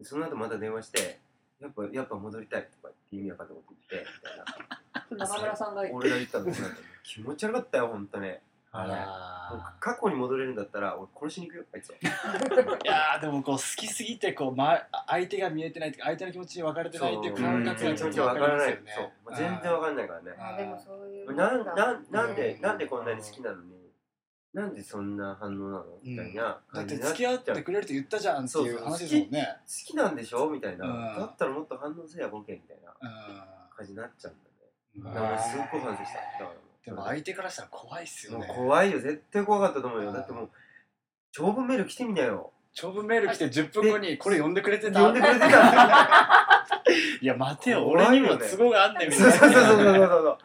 E: でその後また電話してやっぱやっぱ戻りたいとかって意味わかんないこと言ってみたいな
A: 中村さんが、
E: 俺が言ったのなんか気持ち悪かったよ本当ねあれもう
G: あ
E: 過去に戻れるんだったら俺殺しに行くよあ いつを
G: ーいやーでもこう好きすぎてこう、ま、相手が見えてないっていうか相手の気持ちに分かれてないっていう感覚が
E: 全
G: ちょっ
E: 然
G: と
E: わ
G: 分
E: か
G: からりま
E: な
G: す
E: い
G: よね
E: そうもう全然わかんないからね
H: あでもそういうもんだ
E: なんなんなんで
H: ね
E: なんでこんなに好きなのになんでそんな反応なのみたいな
G: だっ
E: 感じ
G: て
E: にな
G: 付
E: っ
G: き
E: ちゃ
G: 合
E: う
G: ってくれるって言ったじゃんっていう話ですもんね
E: 好きなんでしょみたいな
G: うん
E: だったらもっと反応せやボケみたいな感じになっちゃうん
G: うん
E: だねだから俺すっごい反省しただからもう
G: でも相手からしたら怖いっすよね
E: もう怖いよ絶対怖かったと思う
G: う
E: よ
G: ん
E: だってもう長文メール来てみなよ
G: 長文メール来て10分後にこれ呼んでくれてた
E: 呼んでくれてたん
G: いや待てよ
E: 怖
G: 俺
E: い
G: に
E: よね
G: も都合があんねん
E: だ
G: み
E: よそうそ
G: た
E: う
G: い
E: そうそう
G: な
E: そうそう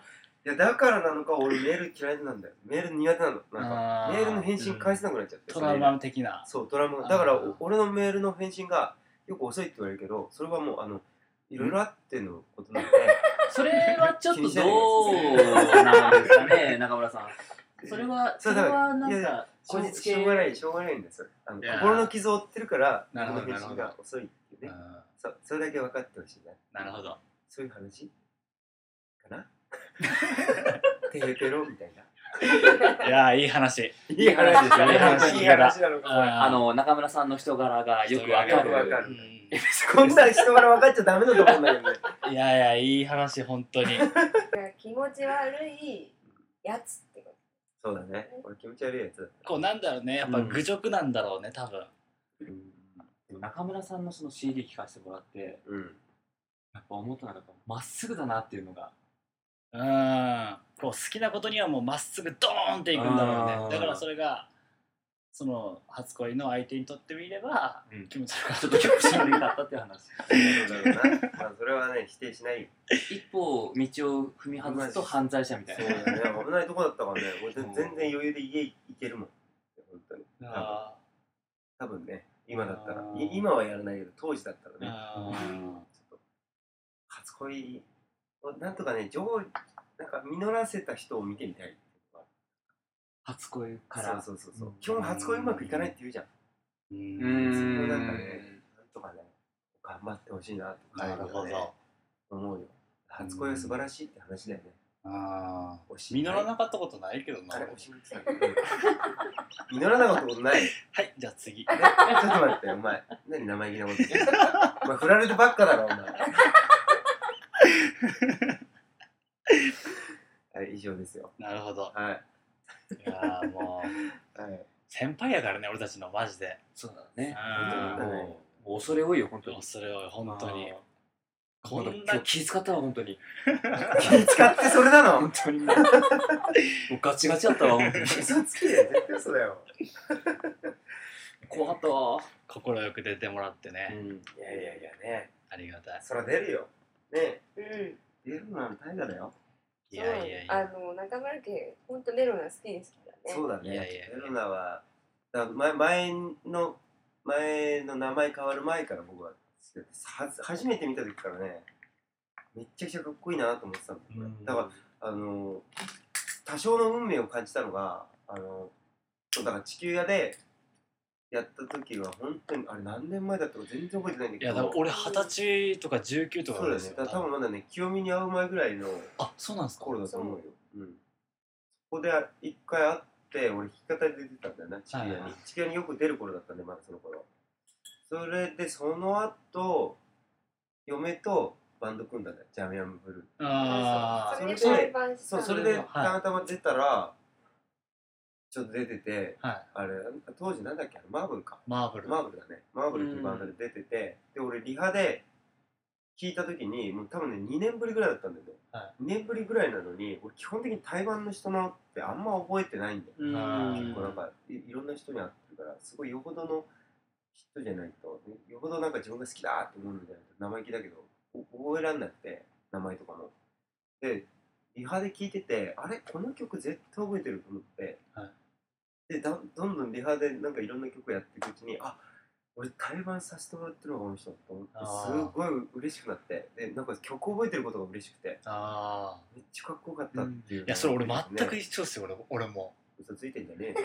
E: いやだからなのか俺メール嫌いなんだよメール苦手なのなん
G: あ
E: か
G: ー
E: メールの返信返せなくなっちゃって
G: トラウマ的な
E: そうドラム
G: あー
E: だからお俺のメールの返信がよく遅いって言われるけどそれはもうあのいろいろあってのこ となので
A: それはちょっとどうなんですかね、中村さん。それは、そ
E: そう
A: れ
E: だから
A: はなん
E: いやい
A: か、
E: しょ
A: こ
E: う
A: じつけ
E: しょうがないしょうがないんですよあの
G: いやー
E: 心の傷を負ってるから
G: なる
E: 俺
G: ほど
E: の返信が遅いっていう
G: うん
E: ねそそれだけ分かってほしいな
G: なるほど
E: そういう話 かなてへぺろみたいない
G: やーいい話
E: いい話
A: いい話
E: いい話なのか
G: あ
A: あの、中村さんの人柄がよくわ
E: よ
A: か
E: くわか
A: る。
E: るこんなん人から分かっちゃダメだと思うんだけどね。
G: いやいや、いい話、本当 に。
H: 気持ち悪いやつってこ
E: そうだね。俺気持ち悪いやつ。
G: こう、なんだろうね、やっぱ
A: うん
G: 愚直なんだろうね、多分。
A: 中村さんのその CD 聞かせてもらって、
E: うん。
A: やっぱ思ったのが、まっすぐだなっていうのが。
G: うん。こう、好きなことにはもうまっすぐドーンっていくんだろう
A: あー
G: ね。だからそれが、その、初恋の相手にとってみれば、
A: うん
G: 気持ち悪かった
A: ちょっと気持 ち悪かったっていう話。
E: そうだろうな。まあそれはね、否定しないよ。
A: 一歩道を踏み外すと犯罪者みた
E: そ
A: いうな。
E: だね。危ないとこだったからね。俺全然余裕で家行けるもん。本当に。
G: あ
E: 多分ね、今だったら
G: あ。ー
E: い今はやらないけど、当時だったら
G: ー
E: ね。
G: あ
E: 初恋をなんとかね、上なんか実らせた人を見てみたい。
A: 初恋か
E: から
A: ら。
E: そうそうそう
A: うん
E: そう。今日初恋うまくいかないって言うじゃん。
A: う
G: ー。う
A: ー
G: ん。
E: そ
A: ん。
E: こなんかねなんとかね、頑張ってほしいなとか、
G: なるほ
E: ね
G: ど。
E: 思うよ。初恋は素晴らしいって話だよね。
G: ああ。
E: おし
G: 実らなかったことないけどな。
E: あれ、お
G: 俺
E: しみつさん。実らなかったことない。ね
G: はい、じゃあ次。
E: ちょっと待って、お前。何生意気なこと言ってんのお前、振られてばっかだろ、お 前。はい、以上ですよ。
G: なるほど。
E: はい。
G: いやーもう、
E: はい。
G: 先輩やからね、俺たちの、マジで。
A: そうだね。
G: あ
E: ー
A: もうもう恐れ多いよ、本当に。
G: それを本当に
A: あー。今
G: こん
A: 度今
G: な
A: 日気遣ったわ、本当に。
E: 使ってそれなの
A: 本当にもう。もうガチガチだったわ、本 当に。
E: 嘘つきだよ、絶対嘘だよ。
A: 怖かったわ。
G: 心よく出てもらってね、
A: ん。
E: いやいやいやね、
G: ありがたい。
E: そら出るよ。ね
H: とうん
E: 出るのは大河だよ。
G: いやいやい
H: あ
G: や。
H: の中村家ほんとメロンが好きですからね
E: そうだ
G: いやい
E: ね
G: やい。や
E: メロナは、だ前前の、前の名前変わる前から僕は好きだった、は初めて見た時からね、めっちゃくちゃかっこいいなと思ってたんだよね。だから、あの、多少の運命を感じたのが、あの、そうだから地球屋でやった時は、本当に、あれ何年前だったか全然覚えてないんだ
G: い
E: けど、
G: や、だから俺二十歳とか19とか
E: そうだ
G: で
E: よ
G: す
E: ね
G: よ。。
E: だから多分まだね、清美に会う前ぐらいの、
G: あ、そうなんですか。
E: 頃だと思うよ。うん。ここで一回会って、俺弾き語りで出てたんだよな、チキアに
G: はいはい。
E: チキアによく出る頃だったんで、まだその頃。それで、その後、嫁とバンド組んだんだよ、ジャミアムブルー。
G: あ
H: それで
E: それ
H: 栽培した
E: そう、それ
G: は
E: で
G: い
E: たまたま出たら、ちょっと出てて、
G: あ。はい。
E: あれ、当時なんだっけ、あれマーブルか。
G: マーブル。
E: マーブルだね。マーブルっていうバンドで出てて、で、俺、リハで聴いたときに、もう多分ね、2年ぶりぐらいだったんだよね。
G: は
E: 2年ぶりぐらいなのに、俺、基本的に台湾の人のってあんま覚えてないんだよ。
A: うん
G: あー
E: 結構なんかい、いろんな人に会ってるから、すごいよほどの人じゃないと、よほどなんか自分が好きだって思うんじゃないと、生意気だけど、お覚えられなくて、名前とかも。で、リハで聴いてて、あれ、この曲絶対覚えてると思って、
G: はい
E: でだ、どんどんリハでなんかいろんな曲やっていくうちに、あ俺、対バンさせてもらってるのがこの人と思って、
G: あ
E: す
G: ー
E: ごい嬉しくなって、で、なんか曲覚えてることが嬉しくて、
G: あ
E: めっちゃかっこよかったっていう、
G: ー。いや、それ俺全く
E: ね、
G: 一緒ですよ、俺俺も。
E: 嘘ついてんじゃねえよ。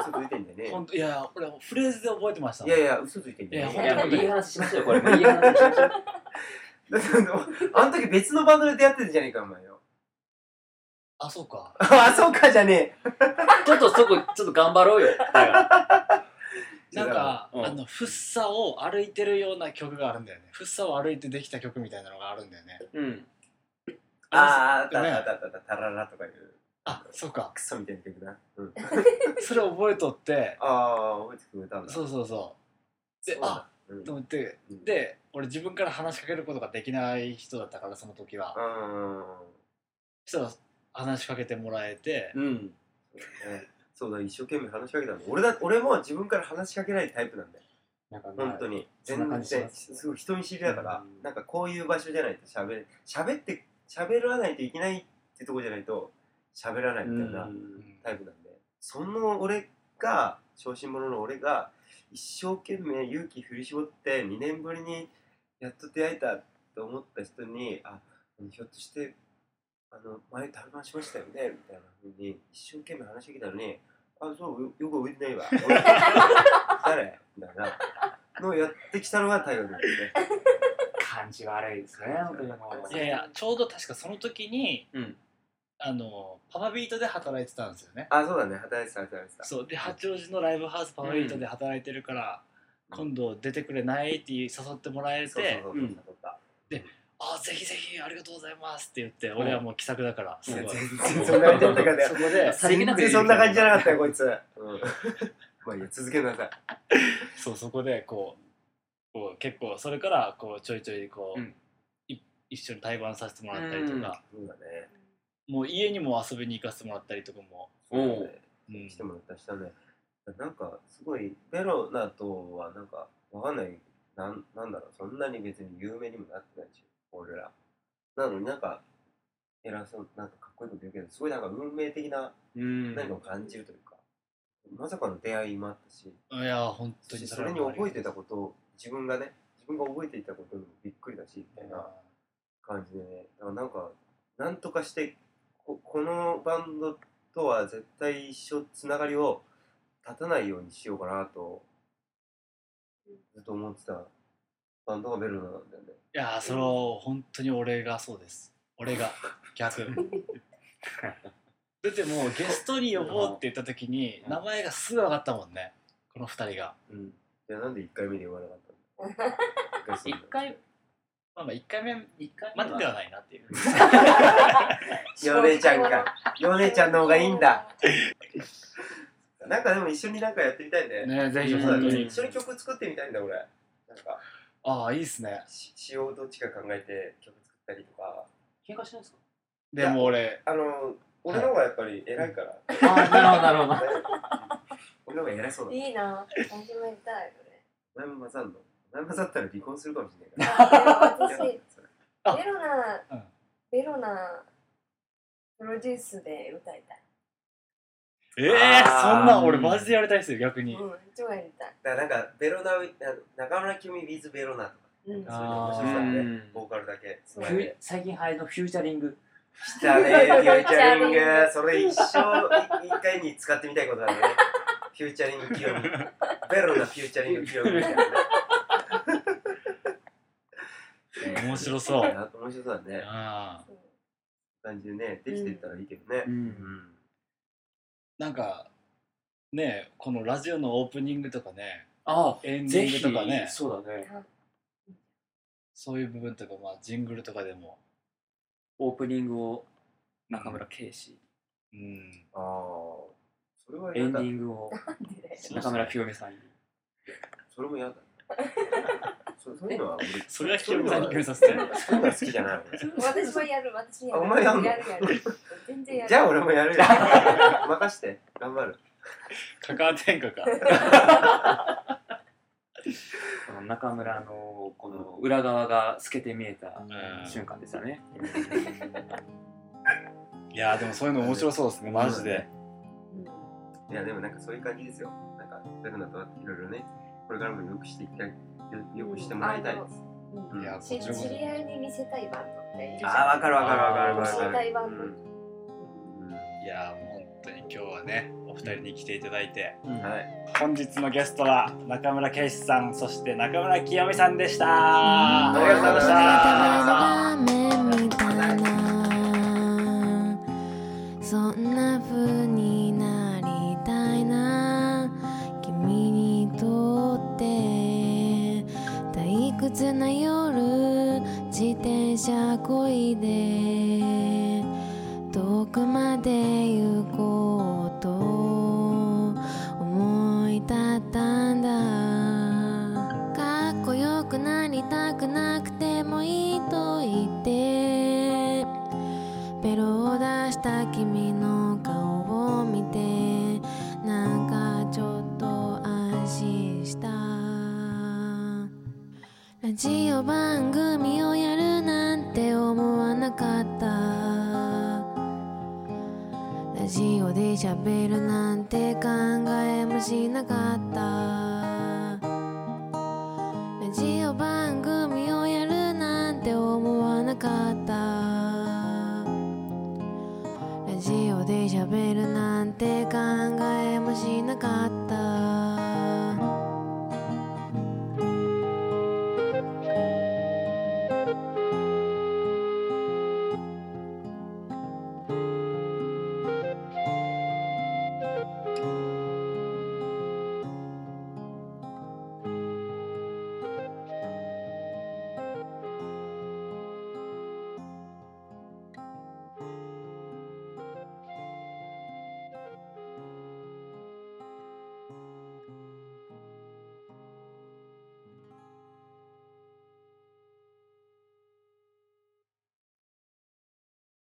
E: 嘘ついてんじゃねえよ
G: 本当いや、俺もフレーズで覚えてました
E: い
G: もん。
E: やいや、嘘ついてんじゃね
G: い
E: えよ
G: や本当に
A: いい話しましょう、これ。もういい話しましょう。
E: だってあのあの時別のバンドで出会ってるじゃねえか、お前よ。
G: あ、そうか。
E: あ、そうかじゃね
A: ちょっとそこ、ちょっと頑張ろうよ。だから
E: え。
G: なんか、
A: うん
G: あの、ふっさを歩いてるような曲があるんだよね。ふっさを歩いてできた曲みたいなのがあるんだよね。
A: うん。
E: あー、あったあったあったあった、タララとかいう、
G: あ、そうか。
E: クソみたいな曲だ。うん、
G: それ覚えと って、
E: ああ、覚えてくれたんだ。
G: そうそうそう。で
E: そ、う
G: あ
E: だ、うん、
G: と思って、
E: うん、
G: で、俺自分から話しかけることができない人だったから、その時
E: う
G: は。
E: ん、
G: そしたら話しかけてもらえて、
A: うん。
E: ねそうだ、一生懸命話しかけたの。俺だ、俺も自分から話しかけないタイプなんだよ。
A: なんかね
E: 本当に。
A: そんな
E: 全
A: 感じし
E: 然、
A: ます
E: すごい人見知りだから
A: うん、
E: なんかこういう場所じゃないと喋れ、喋って、喋らないといけないってとこじゃないと、喋らないみたいな。
G: うん
E: タイプなんでその俺が小心者の俺が一生懸命勇気振り絞って2年ぶりにやっと出会えたと思った人にあひょっとしてあの前対バンしましたよねみたいなふうに一生懸命話してきたのにあそうよよく覚えてないわ 俺誰みたいなのやってきたのが大河なんですね
A: 感じ悪いですね、本当にもう。
G: いやいや、ちょうど確かその時に、
A: うん
G: あの、パパビートで働いてたんですよね。
E: あそうだね働いてた働いてた
G: そう、で、八王子のライブハウスパパビートで働いてるから、今度出てくれないって誘ってもらえ
E: そうそう
G: て
E: そう
A: う
E: そ
A: ん
E: う誘った
G: 「あぜひぜひありがとうございます」って言って俺はもう気さくだからす
E: い
G: ご
E: や
G: い
E: 全然そんな感じだったからね
G: そこで
A: さりげな
E: 全
A: く出てき
E: 然そ
A: た
E: んな感じじゃなかったよこいつ、うん、 まあいいや続けなさい
G: そうそこでこうこう結構それからこうちょいちょいこう、
A: うん
G: い一緒に対バンさせてもらったりとか、
E: そうだね
G: もう家にも遊びに行かせてもらったりとかも、
A: おう
G: うん
E: してもらったしたねなんかすごいベロナとはなんかわかんないなんなんだろうそんなに別に有名にもなってないし俺らなのになんか偉そうなんかかっこいいこと言うけどすごいなんか運命的な
A: うん
E: 何かを感じるというか、まさかの出会いもあったし
G: いや本当
E: そ
G: に
E: してそれに
G: はもう
E: 覚えてたことを自分がね自分が覚えていたことにもびっくりだしみ
G: あ
E: た
G: り
E: い
G: が
E: な感じでねだからなんかなんとかしてここのバンドとは絶対一緒つながりを立たないようにしようかなとずっと思ってたバンドがベルナなんだよね
G: いやーそれは本当に俺がそうです俺が逆だってもうゲストに呼ぼうって言った時に
E: うん
G: 名前がすぐ上がったもんねこの二人が
E: うんじゃあなんで1回目で言わなか ったの
A: 一回
G: まあまあ1回目
A: 一回目
G: までではないな っていう
E: ヨネちゃんかヨネちゃんの方がいいんだなんかでも一緒になんかやってみたいね
G: ねぜひ
E: そう
G: 本
E: だ
G: 当
E: ね
G: に
E: 一緒に曲作ってみたいんだ俺なんか
G: ああいいっすね
E: し仕様をどっちか考えて曲作ったりとか
A: 喧嘩しないですか
G: でも俺
E: あの俺の方がやっぱり偉いから、
A: あーなるほどなるほ ど
E: 俺の方が偉そうだ。
H: いいな私もやりたい
E: お前も混ざんのお前混ざったら離婚するかもしれないか
H: こ
E: ら。
H: れ
E: やだ
H: 私
E: それ
G: あ
H: ベロ
G: うん
H: ナベロナプロデュースで歌いたい
G: ええ
E: あー
G: そんなん俺マジでやりたいっすよ逆に
H: うん超やりたい
E: だからなんか、ベロナウィ、あの中村君 with ベロナとか、
H: うん
E: そう
G: あ
E: いうの
G: ー
E: 面白さ
A: う
E: で、
A: ん
E: ボーカルだけ。
H: そう
A: フュ最近流行りのフューチャリング
E: 来たね、フューチャリン
H: フューチャリン
E: グ。それ一生、い一回に使ってみたいことだね。フューチャリング清美。ベロナフューチャリング清美みたいなね。
G: 面白そう
E: あ 面白そうだね。
G: あ
H: そう
E: 感じでね、できていったらいいけどね。うん
G: なんかねこのラジオのオープニングとかね
A: あ
G: エン
A: あ
G: デ
A: ぜ
G: ィン
A: ひ
G: グとかね
A: そうだね
G: そういう部分とかまあジングルとかでも
A: オープニングを中村圭司
G: うん
E: ああ、それは
A: エ
E: や
A: ンデ
E: だ
A: ィ。ングを
H: なんでだよ
A: 中村清美さんに
E: それも嫌だ。そそういうのは俺、
G: それは清美さんに決めさせ
E: そう
G: て
E: いうのはそういうのは好きじゃない俺。
H: 私もやる私もやる
E: あお前やんの
H: やるやる全然やる
E: じゃあ俺も やるよ。任して、頑張る。
G: カカア天下 か
A: この中村のこの裏側が透けて見えた瞬間ですよね
G: いやーでもそういうの面白そうですねマジで
E: いや、でもなんかそういう感じですよ。なんか、ベルナとはいろいろね、これからもよくしていきたい、よよくしてもらいたいです。
H: うん
E: うん
G: いやこち
H: し
G: らこそ
H: 知り合いに見せたいバンドっているじゃん
E: ああ、わかるわかるわかるわ
H: 教え
E: か
H: た
E: る。
H: いバン
G: い
H: ド
G: やーもう本当に今日はねお二人に来ていただいて
E: うんはい。
G: 本日のゲストは中村圭司さんそして中村清美さんでした
E: ありがとうございました
K: みたいなそんな風になりたいな君にとって退屈な夜自転車こいで遠くまで行こうと思い立ったんだかっこよくなりたくなくてもいいと言ってベロを出した君の顔を見てなんかちょっと安心したラジオ番組をやるなんて思わなかったラジオで喋るなんて考えもしなかったラジオ番組をやるなんて思わなかったラジオで喋るなんて考えもしなかった